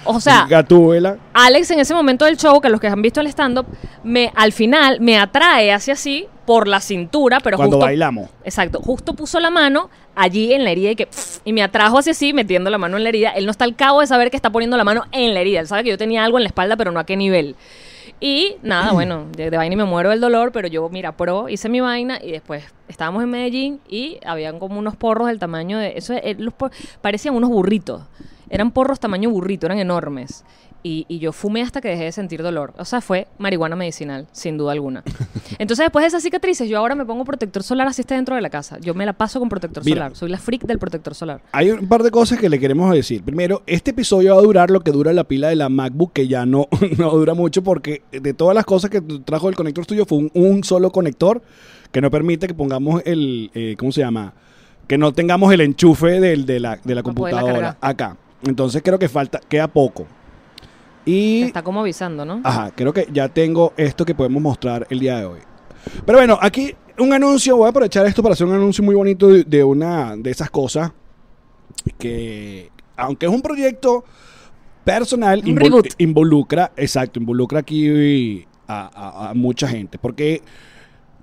S3: O sea,
S2: gatuela.
S3: Alex en ese momento del show, que los que han visto el stand-up, me, al final me atrae hacia así por la cintura, pero
S2: Cuando
S3: justo...
S2: bailamos.
S3: Exacto, justo puso la mano allí en la herida y que pf, y me atrajo hacia así metiendo la mano en la herida. Él no está al cabo de saber que está poniendo la mano en la herida. Él sabe que yo tenía algo en la espalda, pero no a qué nivel. Y nada, bueno, de, de vaina y me muero del dolor, pero yo, mira, pro, hice mi vaina y después estábamos en Medellín y habían como unos porros del tamaño de. Eso eh, los por- parecían unos burritos. Eran porros tamaño burrito, eran enormes. Y, y yo fumé hasta que dejé de sentir dolor. O sea, fue marihuana medicinal, sin duda alguna. Entonces, después de esas cicatrices, yo ahora me pongo protector solar así esté dentro de la casa. Yo me la paso con protector
S2: Mira.
S3: solar. Soy la freak del protector solar.
S2: Hay un par de cosas que le queremos decir. Primero, este episodio va a durar lo que dura la pila de la MacBook, que ya no, no dura mucho, porque de todas las cosas que trajo el conector tuyo fue un, un solo conector que no permite que pongamos el. eh, ¿Cómo se llama? Que no tengamos el enchufe del, de la, de la
S3: Para poderla
S2: computadora acá. Entonces creo que falta, queda poco.
S3: Te
S2: Y Ah,
S3: está como avisando, ¿no?
S2: Ajá, creo que ya tengo esto que podemos mostrar el día de hoy. Pero bueno, aquí un anuncio, voy a aprovechar esto para hacer un anuncio muy bonito de, de una de esas cosas que, aunque es un proyecto personal,
S3: Un
S2: invol-
S3: reboot.
S2: involucra, exacto, involucra aquí a, a- a mucha gente. Porque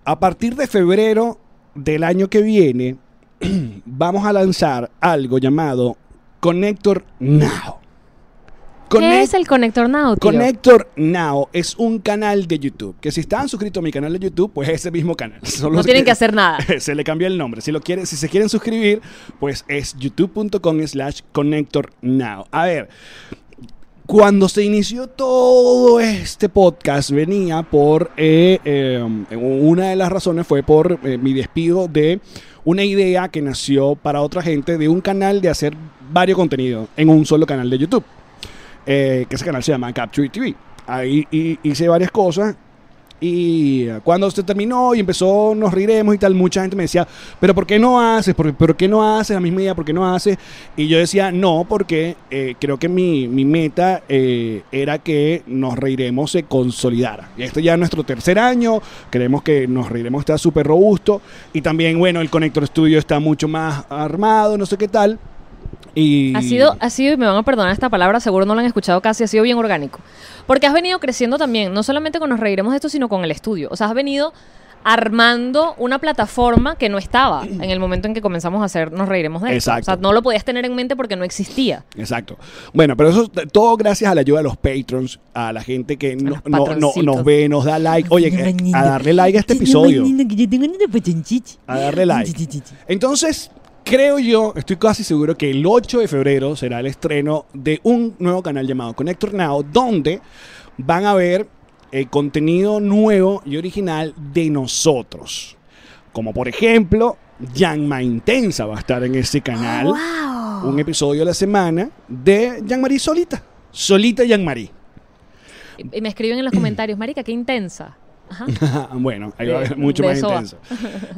S2: a partir de febrero del año que viene, vamos a lanzar algo llamado Connector Now.
S3: ¿Qué
S2: Connect-
S3: es el conector now, tío?
S2: Connector Now es un canal de YouTube. Que si están suscritos a mi canal de YouTube, pues es ese mismo canal. Solo
S3: No tienen que
S2: que-
S3: hacer nada.
S2: se le cambió el nombre. Si, lo quieren, si se quieren suscribir, pues es youtube.com slash connector now. A ver, cuando se inició todo este podcast venía por, eh, eh, una de las razones fue por eh, mi despido de una idea que nació para otra gente de un canal de hacer varios contenidos en un solo canal de YouTube, eh, que ese canal se llama Capture TV. Ahí hi- hice varias cosas Y eh, cuando se terminó y empezó Nos Riremos y tal, mucha gente me decía, pero ¿por qué no haces? ¿Por, por qué no haces la misma idea? ¿Por qué no haces? Y yo decía, no, porque eh, creo que mi, mi meta eh, era que Nos Reiremos se consolidara. Y este ya es nuestro tercer año, creemos que Nos Reiremos está súper robusto y también, bueno, el Connector Studio está mucho más armado, no sé qué tal. Y
S3: Ha sido, ha sido, y me van a perdonar esta palabra, seguro no la han escuchado casi, ha sido bien orgánico. Porque has venido creciendo también, no solamente con nos reiremos de esto, sino con el estudio. O sea, has venido armando una plataforma que no estaba en el momento en que comenzamos a hacer nos reiremos de esto.
S2: Exacto.
S3: O sea, no lo podías tener en mente porque no existía.
S2: Exacto. Bueno, pero eso t- todo gracias a la ayuda de los patrons, a la gente que no-
S3: los
S2: no- no-
S3: patroncitos.
S2: nos ve, nos da like. Oye, eh, a darle like a este episodio. A darle like. Entonces, creo yo, estoy casi seguro que el 8 de febrero será el estreno de un nuevo canal llamado Connector Now, donde van a ver eh, contenido nuevo y original de nosotros. Como por ejemplo, Yanma Intensa va a estar en ese canal. Un episodio a la semana de Yanmarí solita. Solita Yanmarí.
S3: Y, y me escriben en los comentarios, Marica, qué intensa. Ajá.
S2: bueno, ahí va a
S3: De-
S2: haber mucho
S3: de
S2: más
S3: eso va.
S2: intenso.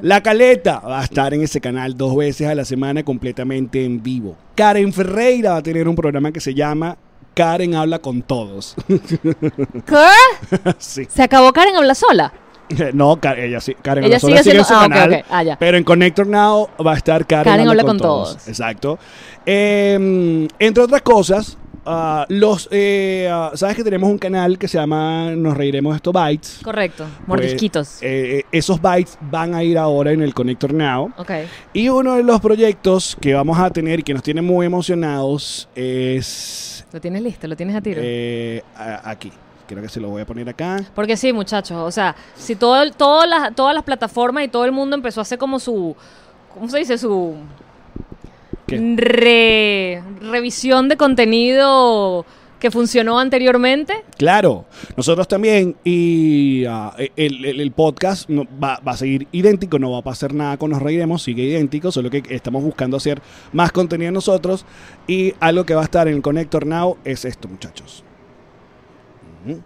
S2: La Caleta va a estar en ese canal dos veces a la semana completamente en vivo. Karen Ferreira va a tener un programa que se llama Karen habla con todos.
S3: ¿Qué?
S2: sí.
S3: ¿Se acabó Karen habla sola?
S2: No, Ka- ella sí, Karen
S3: Ella
S2: habla sola
S3: sigue
S2: sigue
S3: siendo-
S2: en su
S3: ah, ok,
S2: canal,
S3: ok, ah, ya.
S2: pero en Connector Now va a estar Karen,
S3: Karen
S2: habla,
S3: habla con
S2: con, todos.
S3: todos.
S2: Exacto. Eh, entre otras cosas, ah, los eh, ah, sabes que tenemos un canal que se llama Nos reiremos de estos bytes.
S3: Correcto, mordisquitos.
S2: Pues, eh, esos bytes van a ir ahora en el Connector Now.
S3: ok.
S2: Y uno de los proyectos que vamos a tener y que nos tiene muy emocionados es
S3: Lo tienes listo, lo tienes a tiro.
S2: eh, a- aquí. Creo que se lo voy a poner acá.
S3: Porque sí, muchachos, o sea, si todo, el- todas las, todas las plataformas y todo el mundo empezó a hacer como su, ¿cómo se dice? Su
S2: ¿Qué?
S3: re- revisión de contenido que funcionó anteriormente.
S2: Claro, nosotros también y ah, el, el- el podcast no- va, va a seguir idéntico, no va a pasar nada con Nos Reiremos, sigue idéntico, solo que estamos buscando hacer más contenido nosotros y algo que va a estar en el Connector Now es esto, muchachos. Ujú.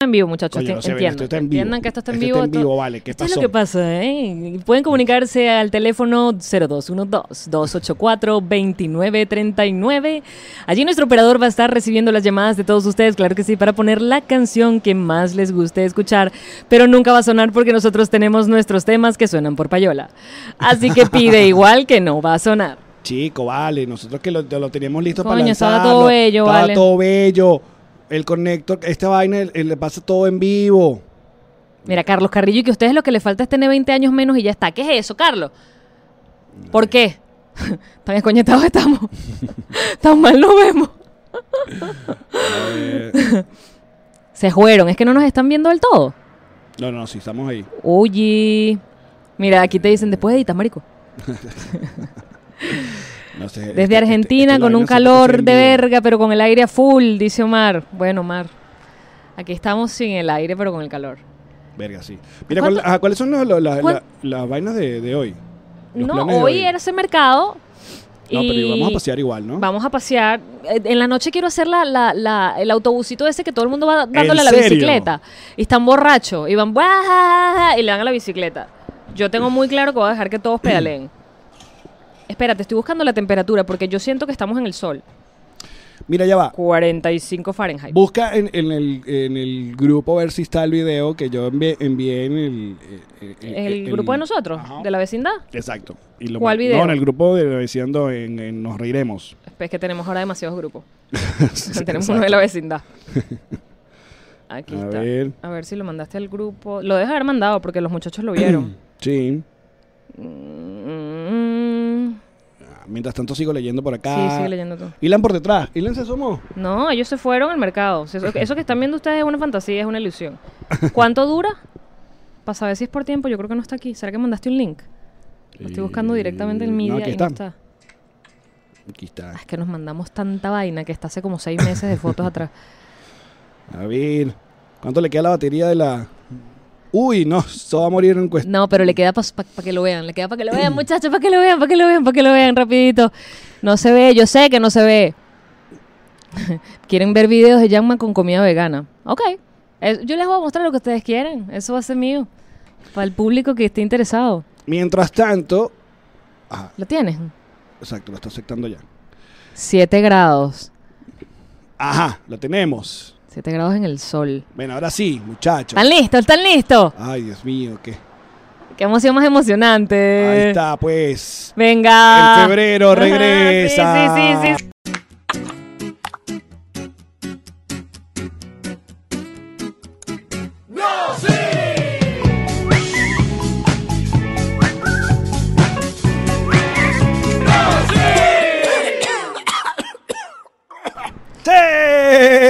S3: En vivo, muchachos,
S2: Coño, no se ve,
S3: entiendan.
S2: esto está en vivo.
S3: entiendan que esto está en
S2: Esto
S3: vivo. esto-
S2: vale, ¿qué
S3: esto
S2: pasó?
S3: es lo que pasa, ¿eh? Pueden comunicarse al teléfono 0212-284-2939. Allí nuestro operador va a estar recibiendo las llamadas de todos ustedes, claro que sí, para poner la canción que más les guste escuchar, pero nunca va a sonar porque nosotros tenemos nuestros temas que suenan por payola. Así que pide igual que no va a sonar.
S2: Chico, vale, nosotros que lo, lo teníamos listo para
S3: Coño, estaba
S2: lanzarlo,
S3: todo bello,
S2: estaba
S3: vale.
S2: todo bello. El conector, esta vaina el- el- le pasa todo en vivo.
S3: Mira, Carlos Carrillo, y que a ustedes lo que les falta es tener 20 años menos y ya está. ¿Qué es eso, Carlos? ¿Por qué? Tan escoñetados estamos. Tan mal nos vemos. Se fueron, es que no nos están viendo del todo.
S2: No, no, sí, estamos ahí.
S3: Oye. Mira, aquí te dicen después edita, marico.
S2: No sé, este-
S3: Desde Argentina,
S2: este- este
S3: con
S2: vaina
S3: un
S2: siempre está
S3: calor
S2: en
S3: de
S2: vivo.
S3: verga, pero con el aire a full, dice Omar. Bueno, Omar, aquí estamos sin el aire, pero con el calor.
S2: Verga, sí. Mira, ¿cuál-
S3: ¿Cuánto-
S2: ajá, ¿cuáles son los- los- las-
S3: cuán-
S2: las las vainas de, de hoy? Los
S3: no,
S2: planes de
S3: hoy era ese mercado.
S2: No, pero
S3: y-
S2: vamos a pasear igual, ¿no?
S3: Vamos a pasear. Eh, En la noche quiero hacer la, la- la- el autobusito ese que todo el mundo va dándole a la
S2: serio?
S3: bicicleta. Y están borrachos. Y van "Buah", y le dan a la bicicleta. Yo tengo muy claro que voy a dejar que todos pedaleen. Espérate, estoy buscando la temperatura porque yo siento que estamos en el sol.
S2: Mira, ya va.
S3: 45 Fahrenheit.
S2: Busca en, en el, en el grupo a ver si está el video que yo envié, envié en el... eh, eh,
S3: ¿El
S2: eh,
S3: grupo de nosotros?
S2: Ajá.
S3: ¿De la vecindad?
S2: Exacto. Y lo
S3: ¿Cuál
S2: man-
S3: video?
S2: No, en el grupo de diciendo en, en Nos Reiremos.
S3: Es que tenemos ahora demasiados grupos.
S2: Sí,
S3: tenemos
S2: exacto.
S3: uno de la vecindad. Aquí
S2: A
S3: está.
S2: ver.
S3: A ver si lo mandaste al grupo. Lo dejas haber mandado porque los muchachos lo vieron.
S2: Sí.
S3: Mm,
S2: Ah, Mientras tanto sigo leyendo por acá.
S3: Sí, sigue leyendo tú.
S2: Ilan por detrás. Ilan se asomó.
S3: No, ellos se fueron al mercado. Eso, eso que están viendo ustedes es una fantasía, es una ilusión. ¿Cuánto dura? Para saber si es por tiempo, yo creo que no está aquí. ¿Será que mandaste un link? Lo estoy buscando directamente en
S2: No,
S3: media
S2: aquí
S3: y no
S2: está.
S3: está.
S2: Aquí está.
S3: Ah, Es que nos mandamos tanta vaina que está hace como seis meses de fotos atrás.
S2: A ver. ¿Cuánto le queda a la batería de la... uy, no, esto va a morir en cuestión.
S3: No, pero le queda para que lo vean, le queda para que lo vean, muchachos, para que lo vean, para que lo vean, para que lo vean, rapidito. No se ve, yo sé que no se ve. quieren ver videos de Yanma con comida vegana. Ok, Eh, yo les voy a mostrar lo que ustedes quieren, eso va a ser mío. Para el público que esté interesado.
S2: Mientras tanto, ajá,
S3: ¿Lo tienes?
S2: exacto, lo está aceptando ya.
S3: 7 grados.
S2: Ajá, lo tenemos.
S3: 7 grados en el sol.
S2: Bueno, ahora sí, muchachos.
S3: ¿Están listos? ¿Están listos?
S2: Ay, Dios mío, qué.
S3: Qué emoción más emocionante.
S2: Ahí está, pues.
S3: Venga.
S2: En febrero
S3: Ajá, sí,
S2: regresa.
S3: sí, sí, sí,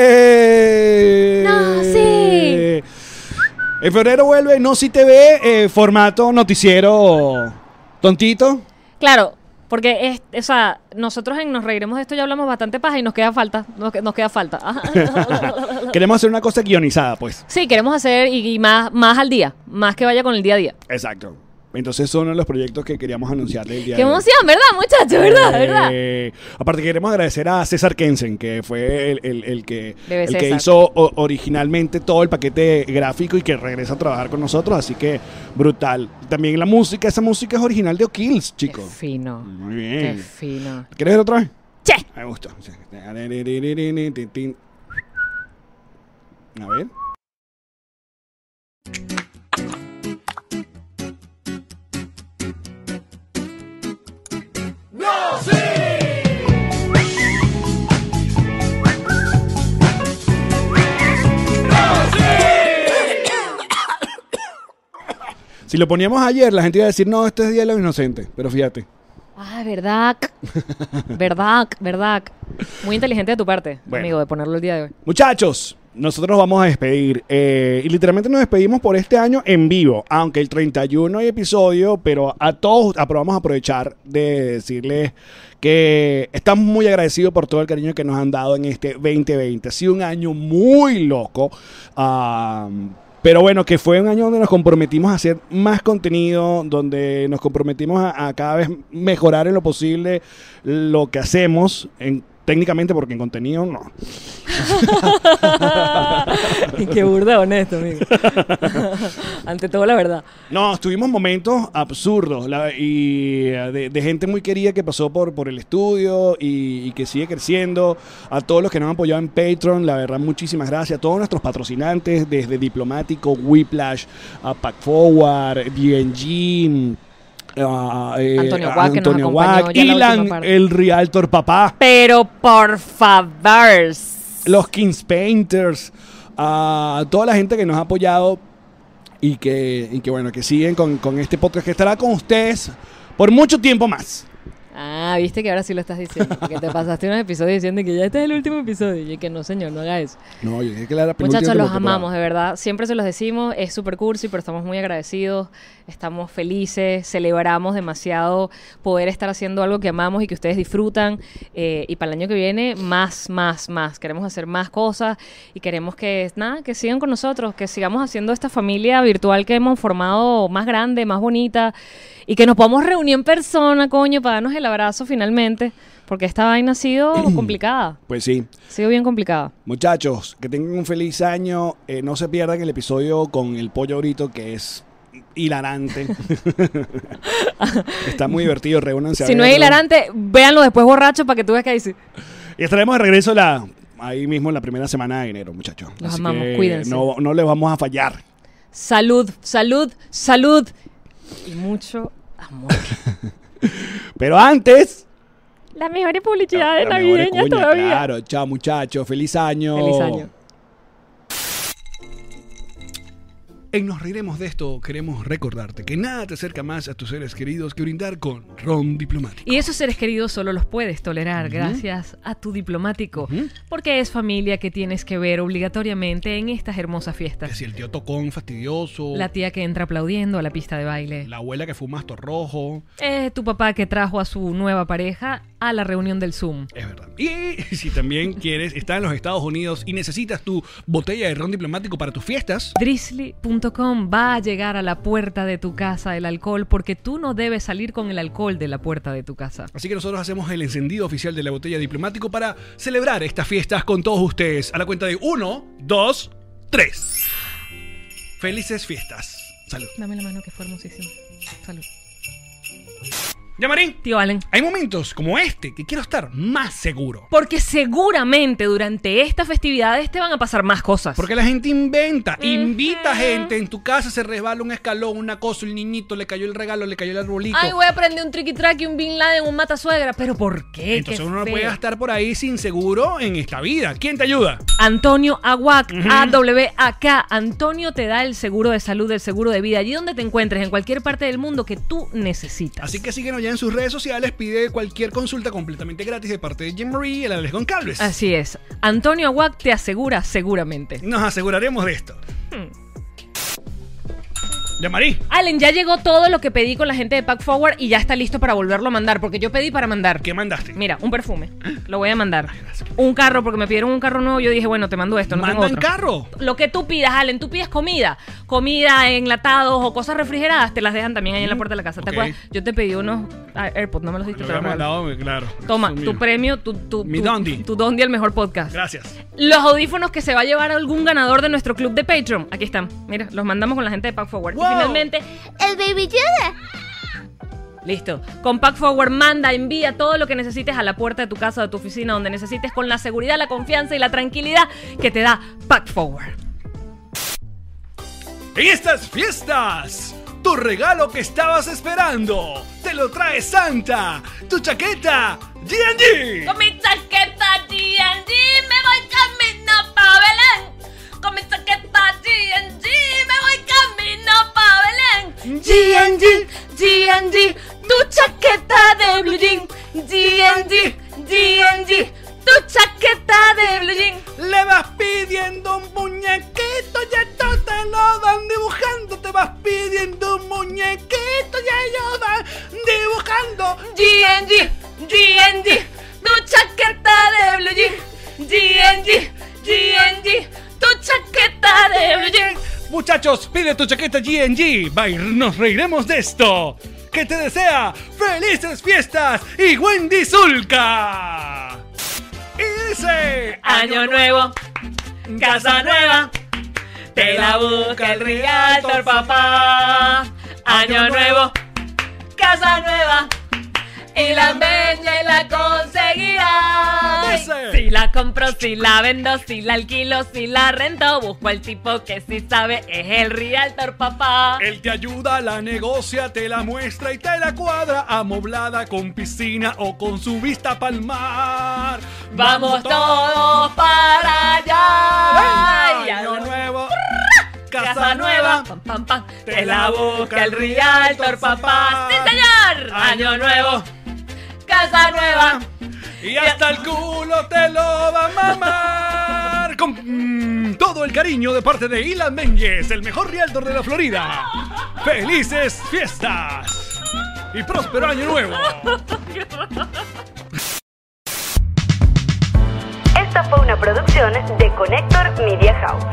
S2: ¡Sí!
S3: No, sí.
S2: En febrero vuelve No Si TV, eh, formato noticiero tontito.
S3: Claro, porque es, o sea, nosotros en Nos Reiremos de esto ya hablamos bastante paja y nos queda falta, nos, que- nos queda falta. Ah,
S2: Queremos hacer una cosa guionizada, pues.
S3: sí, queremos hacer y, y más, más al día, más que vaya con el día a día.
S2: Exacto. Entonces son los proyectos que queríamos anunciarle el día
S3: Qué
S2: de hoy.
S3: emoción, ¿verdad, muchachos? ¿Verdad? ¿Verdad?
S2: Eh, aparte queremos agradecer a César Kensen, que fue el, el- el que,
S3: Bebé
S2: el que
S3: César.
S2: hizo o- originalmente todo el paquete gráfico y que regresa a trabajar con nosotros, así que brutal. También la música, esa música es original de O'Kills,
S3: Qué
S2: chicos.
S3: fino,
S2: Muy
S3: qué
S2: bien.
S3: fino.
S2: ¿Quieres ver otra vez?
S3: Che.
S2: Me gusta. A ver. Si lo poníamos ayer, la gente iba a decir, no, este es Día de los Inocentes. Pero fíjate.
S3: Ah, verdad. verdad, verdad. Muy inteligente de tu parte,
S2: Bueno.
S3: amigo, de ponerlo el día de hoy.
S2: Muchachos, nosotros nos vamos a despedir. eh, y literalmente nos despedimos por este año en vivo. Aunque el 31 hay episodio, pero a todos apro- vamos a aprovechar de decirles que estamos muy agradecidos por todo el cariño que nos han dado en este 2020. Ha sido un año muy loco. ah, pero bueno, que fue un año donde nos comprometimos a hacer más contenido, donde nos comprometimos a, a cada vez mejorar en lo posible lo que hacemos, en, técnicamente porque en contenido no.
S3: Qué burda honesto, amigo. Ante todo, la verdad.
S2: No, tuvimos momentos absurdos la- y eh, de, de gente muy querida que pasó por, por el estudio y, y que sigue creciendo. A todos los que nos han apoyado en Patreon, la verdad, muchísimas gracias. A todos nuestros patrocinantes, desde Diplomático, Whiplash, a Pack Forward, DNG. mm, a, eh,
S3: Antonio
S2: a
S3: Guac, que nos
S2: Antonio
S3: acompañó
S2: Guac
S3: ya
S2: y
S3: en la
S2: la-
S3: última parte.
S2: el Realtor Papá,
S3: Pero por favor.
S2: los Kings Painters, a toda la gente que nos ha apoyado y que, y que bueno, que siguen con, con este podcast que estará con ustedes por mucho tiempo más.
S3: Ah, viste que ahora sí lo estás diciendo. Porque te pasaste unos episodios diciendo que ya este es el último episodio. Y yo que no, señor, no haga eso.
S2: No, yo dije que la era penúltima
S3: Muchachos,
S2: como
S3: los
S2: temporada.
S3: amamos, de verdad. Siempre se los decimos, es súper cursi, pero estamos muy agradecidos, estamos felices, celebramos demasiado poder estar haciendo algo que amamos y que ustedes disfrutan. eh, y para el año que viene, más, más, más. Queremos hacer más cosas y queremos que, nada, que sigan con nosotros, que sigamos haciendo esta familia virtual que hemos formado más grande, más bonita y que nos podamos reunir en persona, coño, para darnos el abrazo finalmente, porque esta vaina ha sido complicada,
S2: Pues sí.
S3: ha sido bien complicada.
S2: Muchachos, que tengan un feliz año. Eh, no se pierdan el episodio con el pollo ahorito que es hilarante. Está muy divertido, reúnanse. a
S3: Si no es
S2: verlo.
S3: hilarante, véanlo después borracho para que tú veas que dice.
S2: Y estaremos de regreso la, ahí mismo en la primera semana de enero, muchachos.
S3: Los
S2: Así
S3: amamos,
S2: que
S3: cuídense.
S2: No, no les vamos a fallar.
S3: Salud, salud, salud. Y mucho amor.
S2: Pero antes...
S3: Las mejores publicidades
S2: la mejor
S3: navideñas
S2: cuña,
S3: todavía.
S2: Claro, chao muchachos, feliz año.
S3: Feliz año.
S2: En Nos Reiremos de Esto queremos recordarte que nada te acerca más a tus seres queridos que brindar con Ron Diplomático.
S3: Y esos seres queridos solo los puedes tolerar gracias a tu diplomático, porque es familia que tienes que ver obligatoriamente en estas hermosas
S2: Que
S3: fiestas.
S2: si el tío tocón fastidioso,
S3: La
S2: la,
S3: tía que entra aplaudiendo a la pista de baile.
S2: abuela que fuma hasta rojo,
S3: Eh, tu papá que trajo a su nueva pareja a la reunión del Zoom.
S4: Es verdad. Y si también quieres, estás en los Estados Unidos y necesitas tu botella de ron diplomático para tus fiestas.
S3: Drizzly.com va a llegar a la puerta de tu casa el alcohol porque tú no debes salir con el alcohol de la puerta de tu casa.
S4: Así que nosotros hacemos el encendido oficial de la botella diplomático para celebrar estas fiestas con todos ustedes. A la cuenta de 1, 2, 3. Felices fiestas. Salud.
S3: Dame la mano que fue hermosísimo. Salud.
S4: Yamarín,
S3: Tío Allen.
S4: hay momentos como este que quiero estar más seguro.
S3: Porque seguramente durante estas festividades te van a pasar más cosas.
S4: Porque la gente inventa, invita gente, en tu casa se resbala un escalón, una cosa, el niñito le cayó el regalo, le cayó el arbolito.
S3: Ay, voy a prender un tricky track y un Bin Laden, un matasuegra. ¿Pero por qué?
S4: Entonces
S3: Qué
S4: uno no
S3: feo.
S4: puede estar por ahí sin seguro en esta vida. ¿Quién te ayuda?
S3: Antonio Aguac, AWAK. Antonio te da el seguro de salud, el seguro de vida, allí donde te encuentres, en cualquier parte del mundo que tú necesitas.
S4: Así que síguenos ya en sus redes sociales, pide cualquier consulta completamente gratis de parte de Jim Marie y el Alex Goncalves.
S3: Así es. Antonio Aguac te asegura seguramente.
S4: Nos aseguraremos de esto. Yamarí,
S3: Allen, ya llegó todo lo que pedí con la gente de Pack Forward y ya está listo para volverlo a mandar, porque yo pedí para mandar.
S4: ¿qué mandaste?
S3: Mira, un perfume. Lo voy a mandar. Un carro, porque me pidieron un carro nuevo. Yo dije, bueno, te mando esto, no tengo
S4: ¿Mandan
S3: otro.
S4: carro?
S3: Lo que tú pidas, Allen, tú pides comida. Comida, enlatados o cosas refrigeradas, te las dejan también ahí en la puerta de la casa.
S4: Ok.
S3: ¿Te acuerdas? Yo te pedí unos ah, AirPods, no me los diste.
S4: Lo
S3: te los
S4: habíamos
S3: regalo.
S4: hablado, claro.
S3: Toma,
S4: Eso
S3: tu
S4: mismo.
S3: premio, tu, tu,
S4: Mi
S3: tu-
S4: Dondi.
S3: tu Dondi, el mejor podcast.
S4: Gracias.
S3: Los audífonos que se va a llevar algún ganador de nuestro club de Patreon. Aquí están. Mira, los mandamos con la gente de Pack Forward.
S4: Wow.
S3: Y finalmente,
S5: El Baby Yoda.
S3: Listo. Con Pack Forward manda, envía todo lo que necesites a la puerta de tu casa o de tu oficina, donde necesites, con la seguridad, la confianza y la tranquilidad que te da Pack Forward.
S4: En estas fiestas, tu regalo que estabas esperando, te lo trae Santa, tu chaqueta, D&D.
S5: Con mi chaqueta D&D me voy camino pa' Belén. Con mi chaqueta D&D me voy camino pa' Belén. D&D, D&D, tu chaqueta de blue jean. D&D, D&D, tu chaqueta de blue jean.
S4: Le vas pidiendo un muñequito y esto te lo van dibujando. Te vas pidiendo un muñequito y ellos van dibujando.
S5: D&D, D&D, tu chaqueta de blue jean. D&D, D&D, tu chaqueta de blue jean.
S4: Muchachos, pide tu chaqueta GNG. Va, y Nos reiremos de esto. Que te desea felices fiestas y Wendy Zulka. Y dice...
S3: Año nuevo, casa nueva, te la busca el Realtor, papá. Año nuevo, casa nueva,
S5: Y la bella y la conseguirá.
S3: Si la compro, si la vendo, si la alquilo, si la rento, busco el tipo que sí sabe, es el Realtor, papá.
S4: Él te ayuda, la negocia, te la muestra y te la cuadra, amoblada con piscina o con su vista pa'l mar.
S3: Vamos todos
S5: para allá.
S3: Ay,
S4: Año
S3: año
S4: nuevo,
S3: Casa nueva, pam, pam, pam, te la busca el Realtor, papá. ¡Sí, señor! Año nuevo,
S5: Casa nueva.
S4: y hasta el culo te lo va a mamar. Con mm, todo el cariño de parte de Ilan Menges, el mejor realtor de la Florida. ¡Felices fiestas! Y próspero año nuevo.
S6: Esta fue una producción de Connector Media House.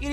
S7: It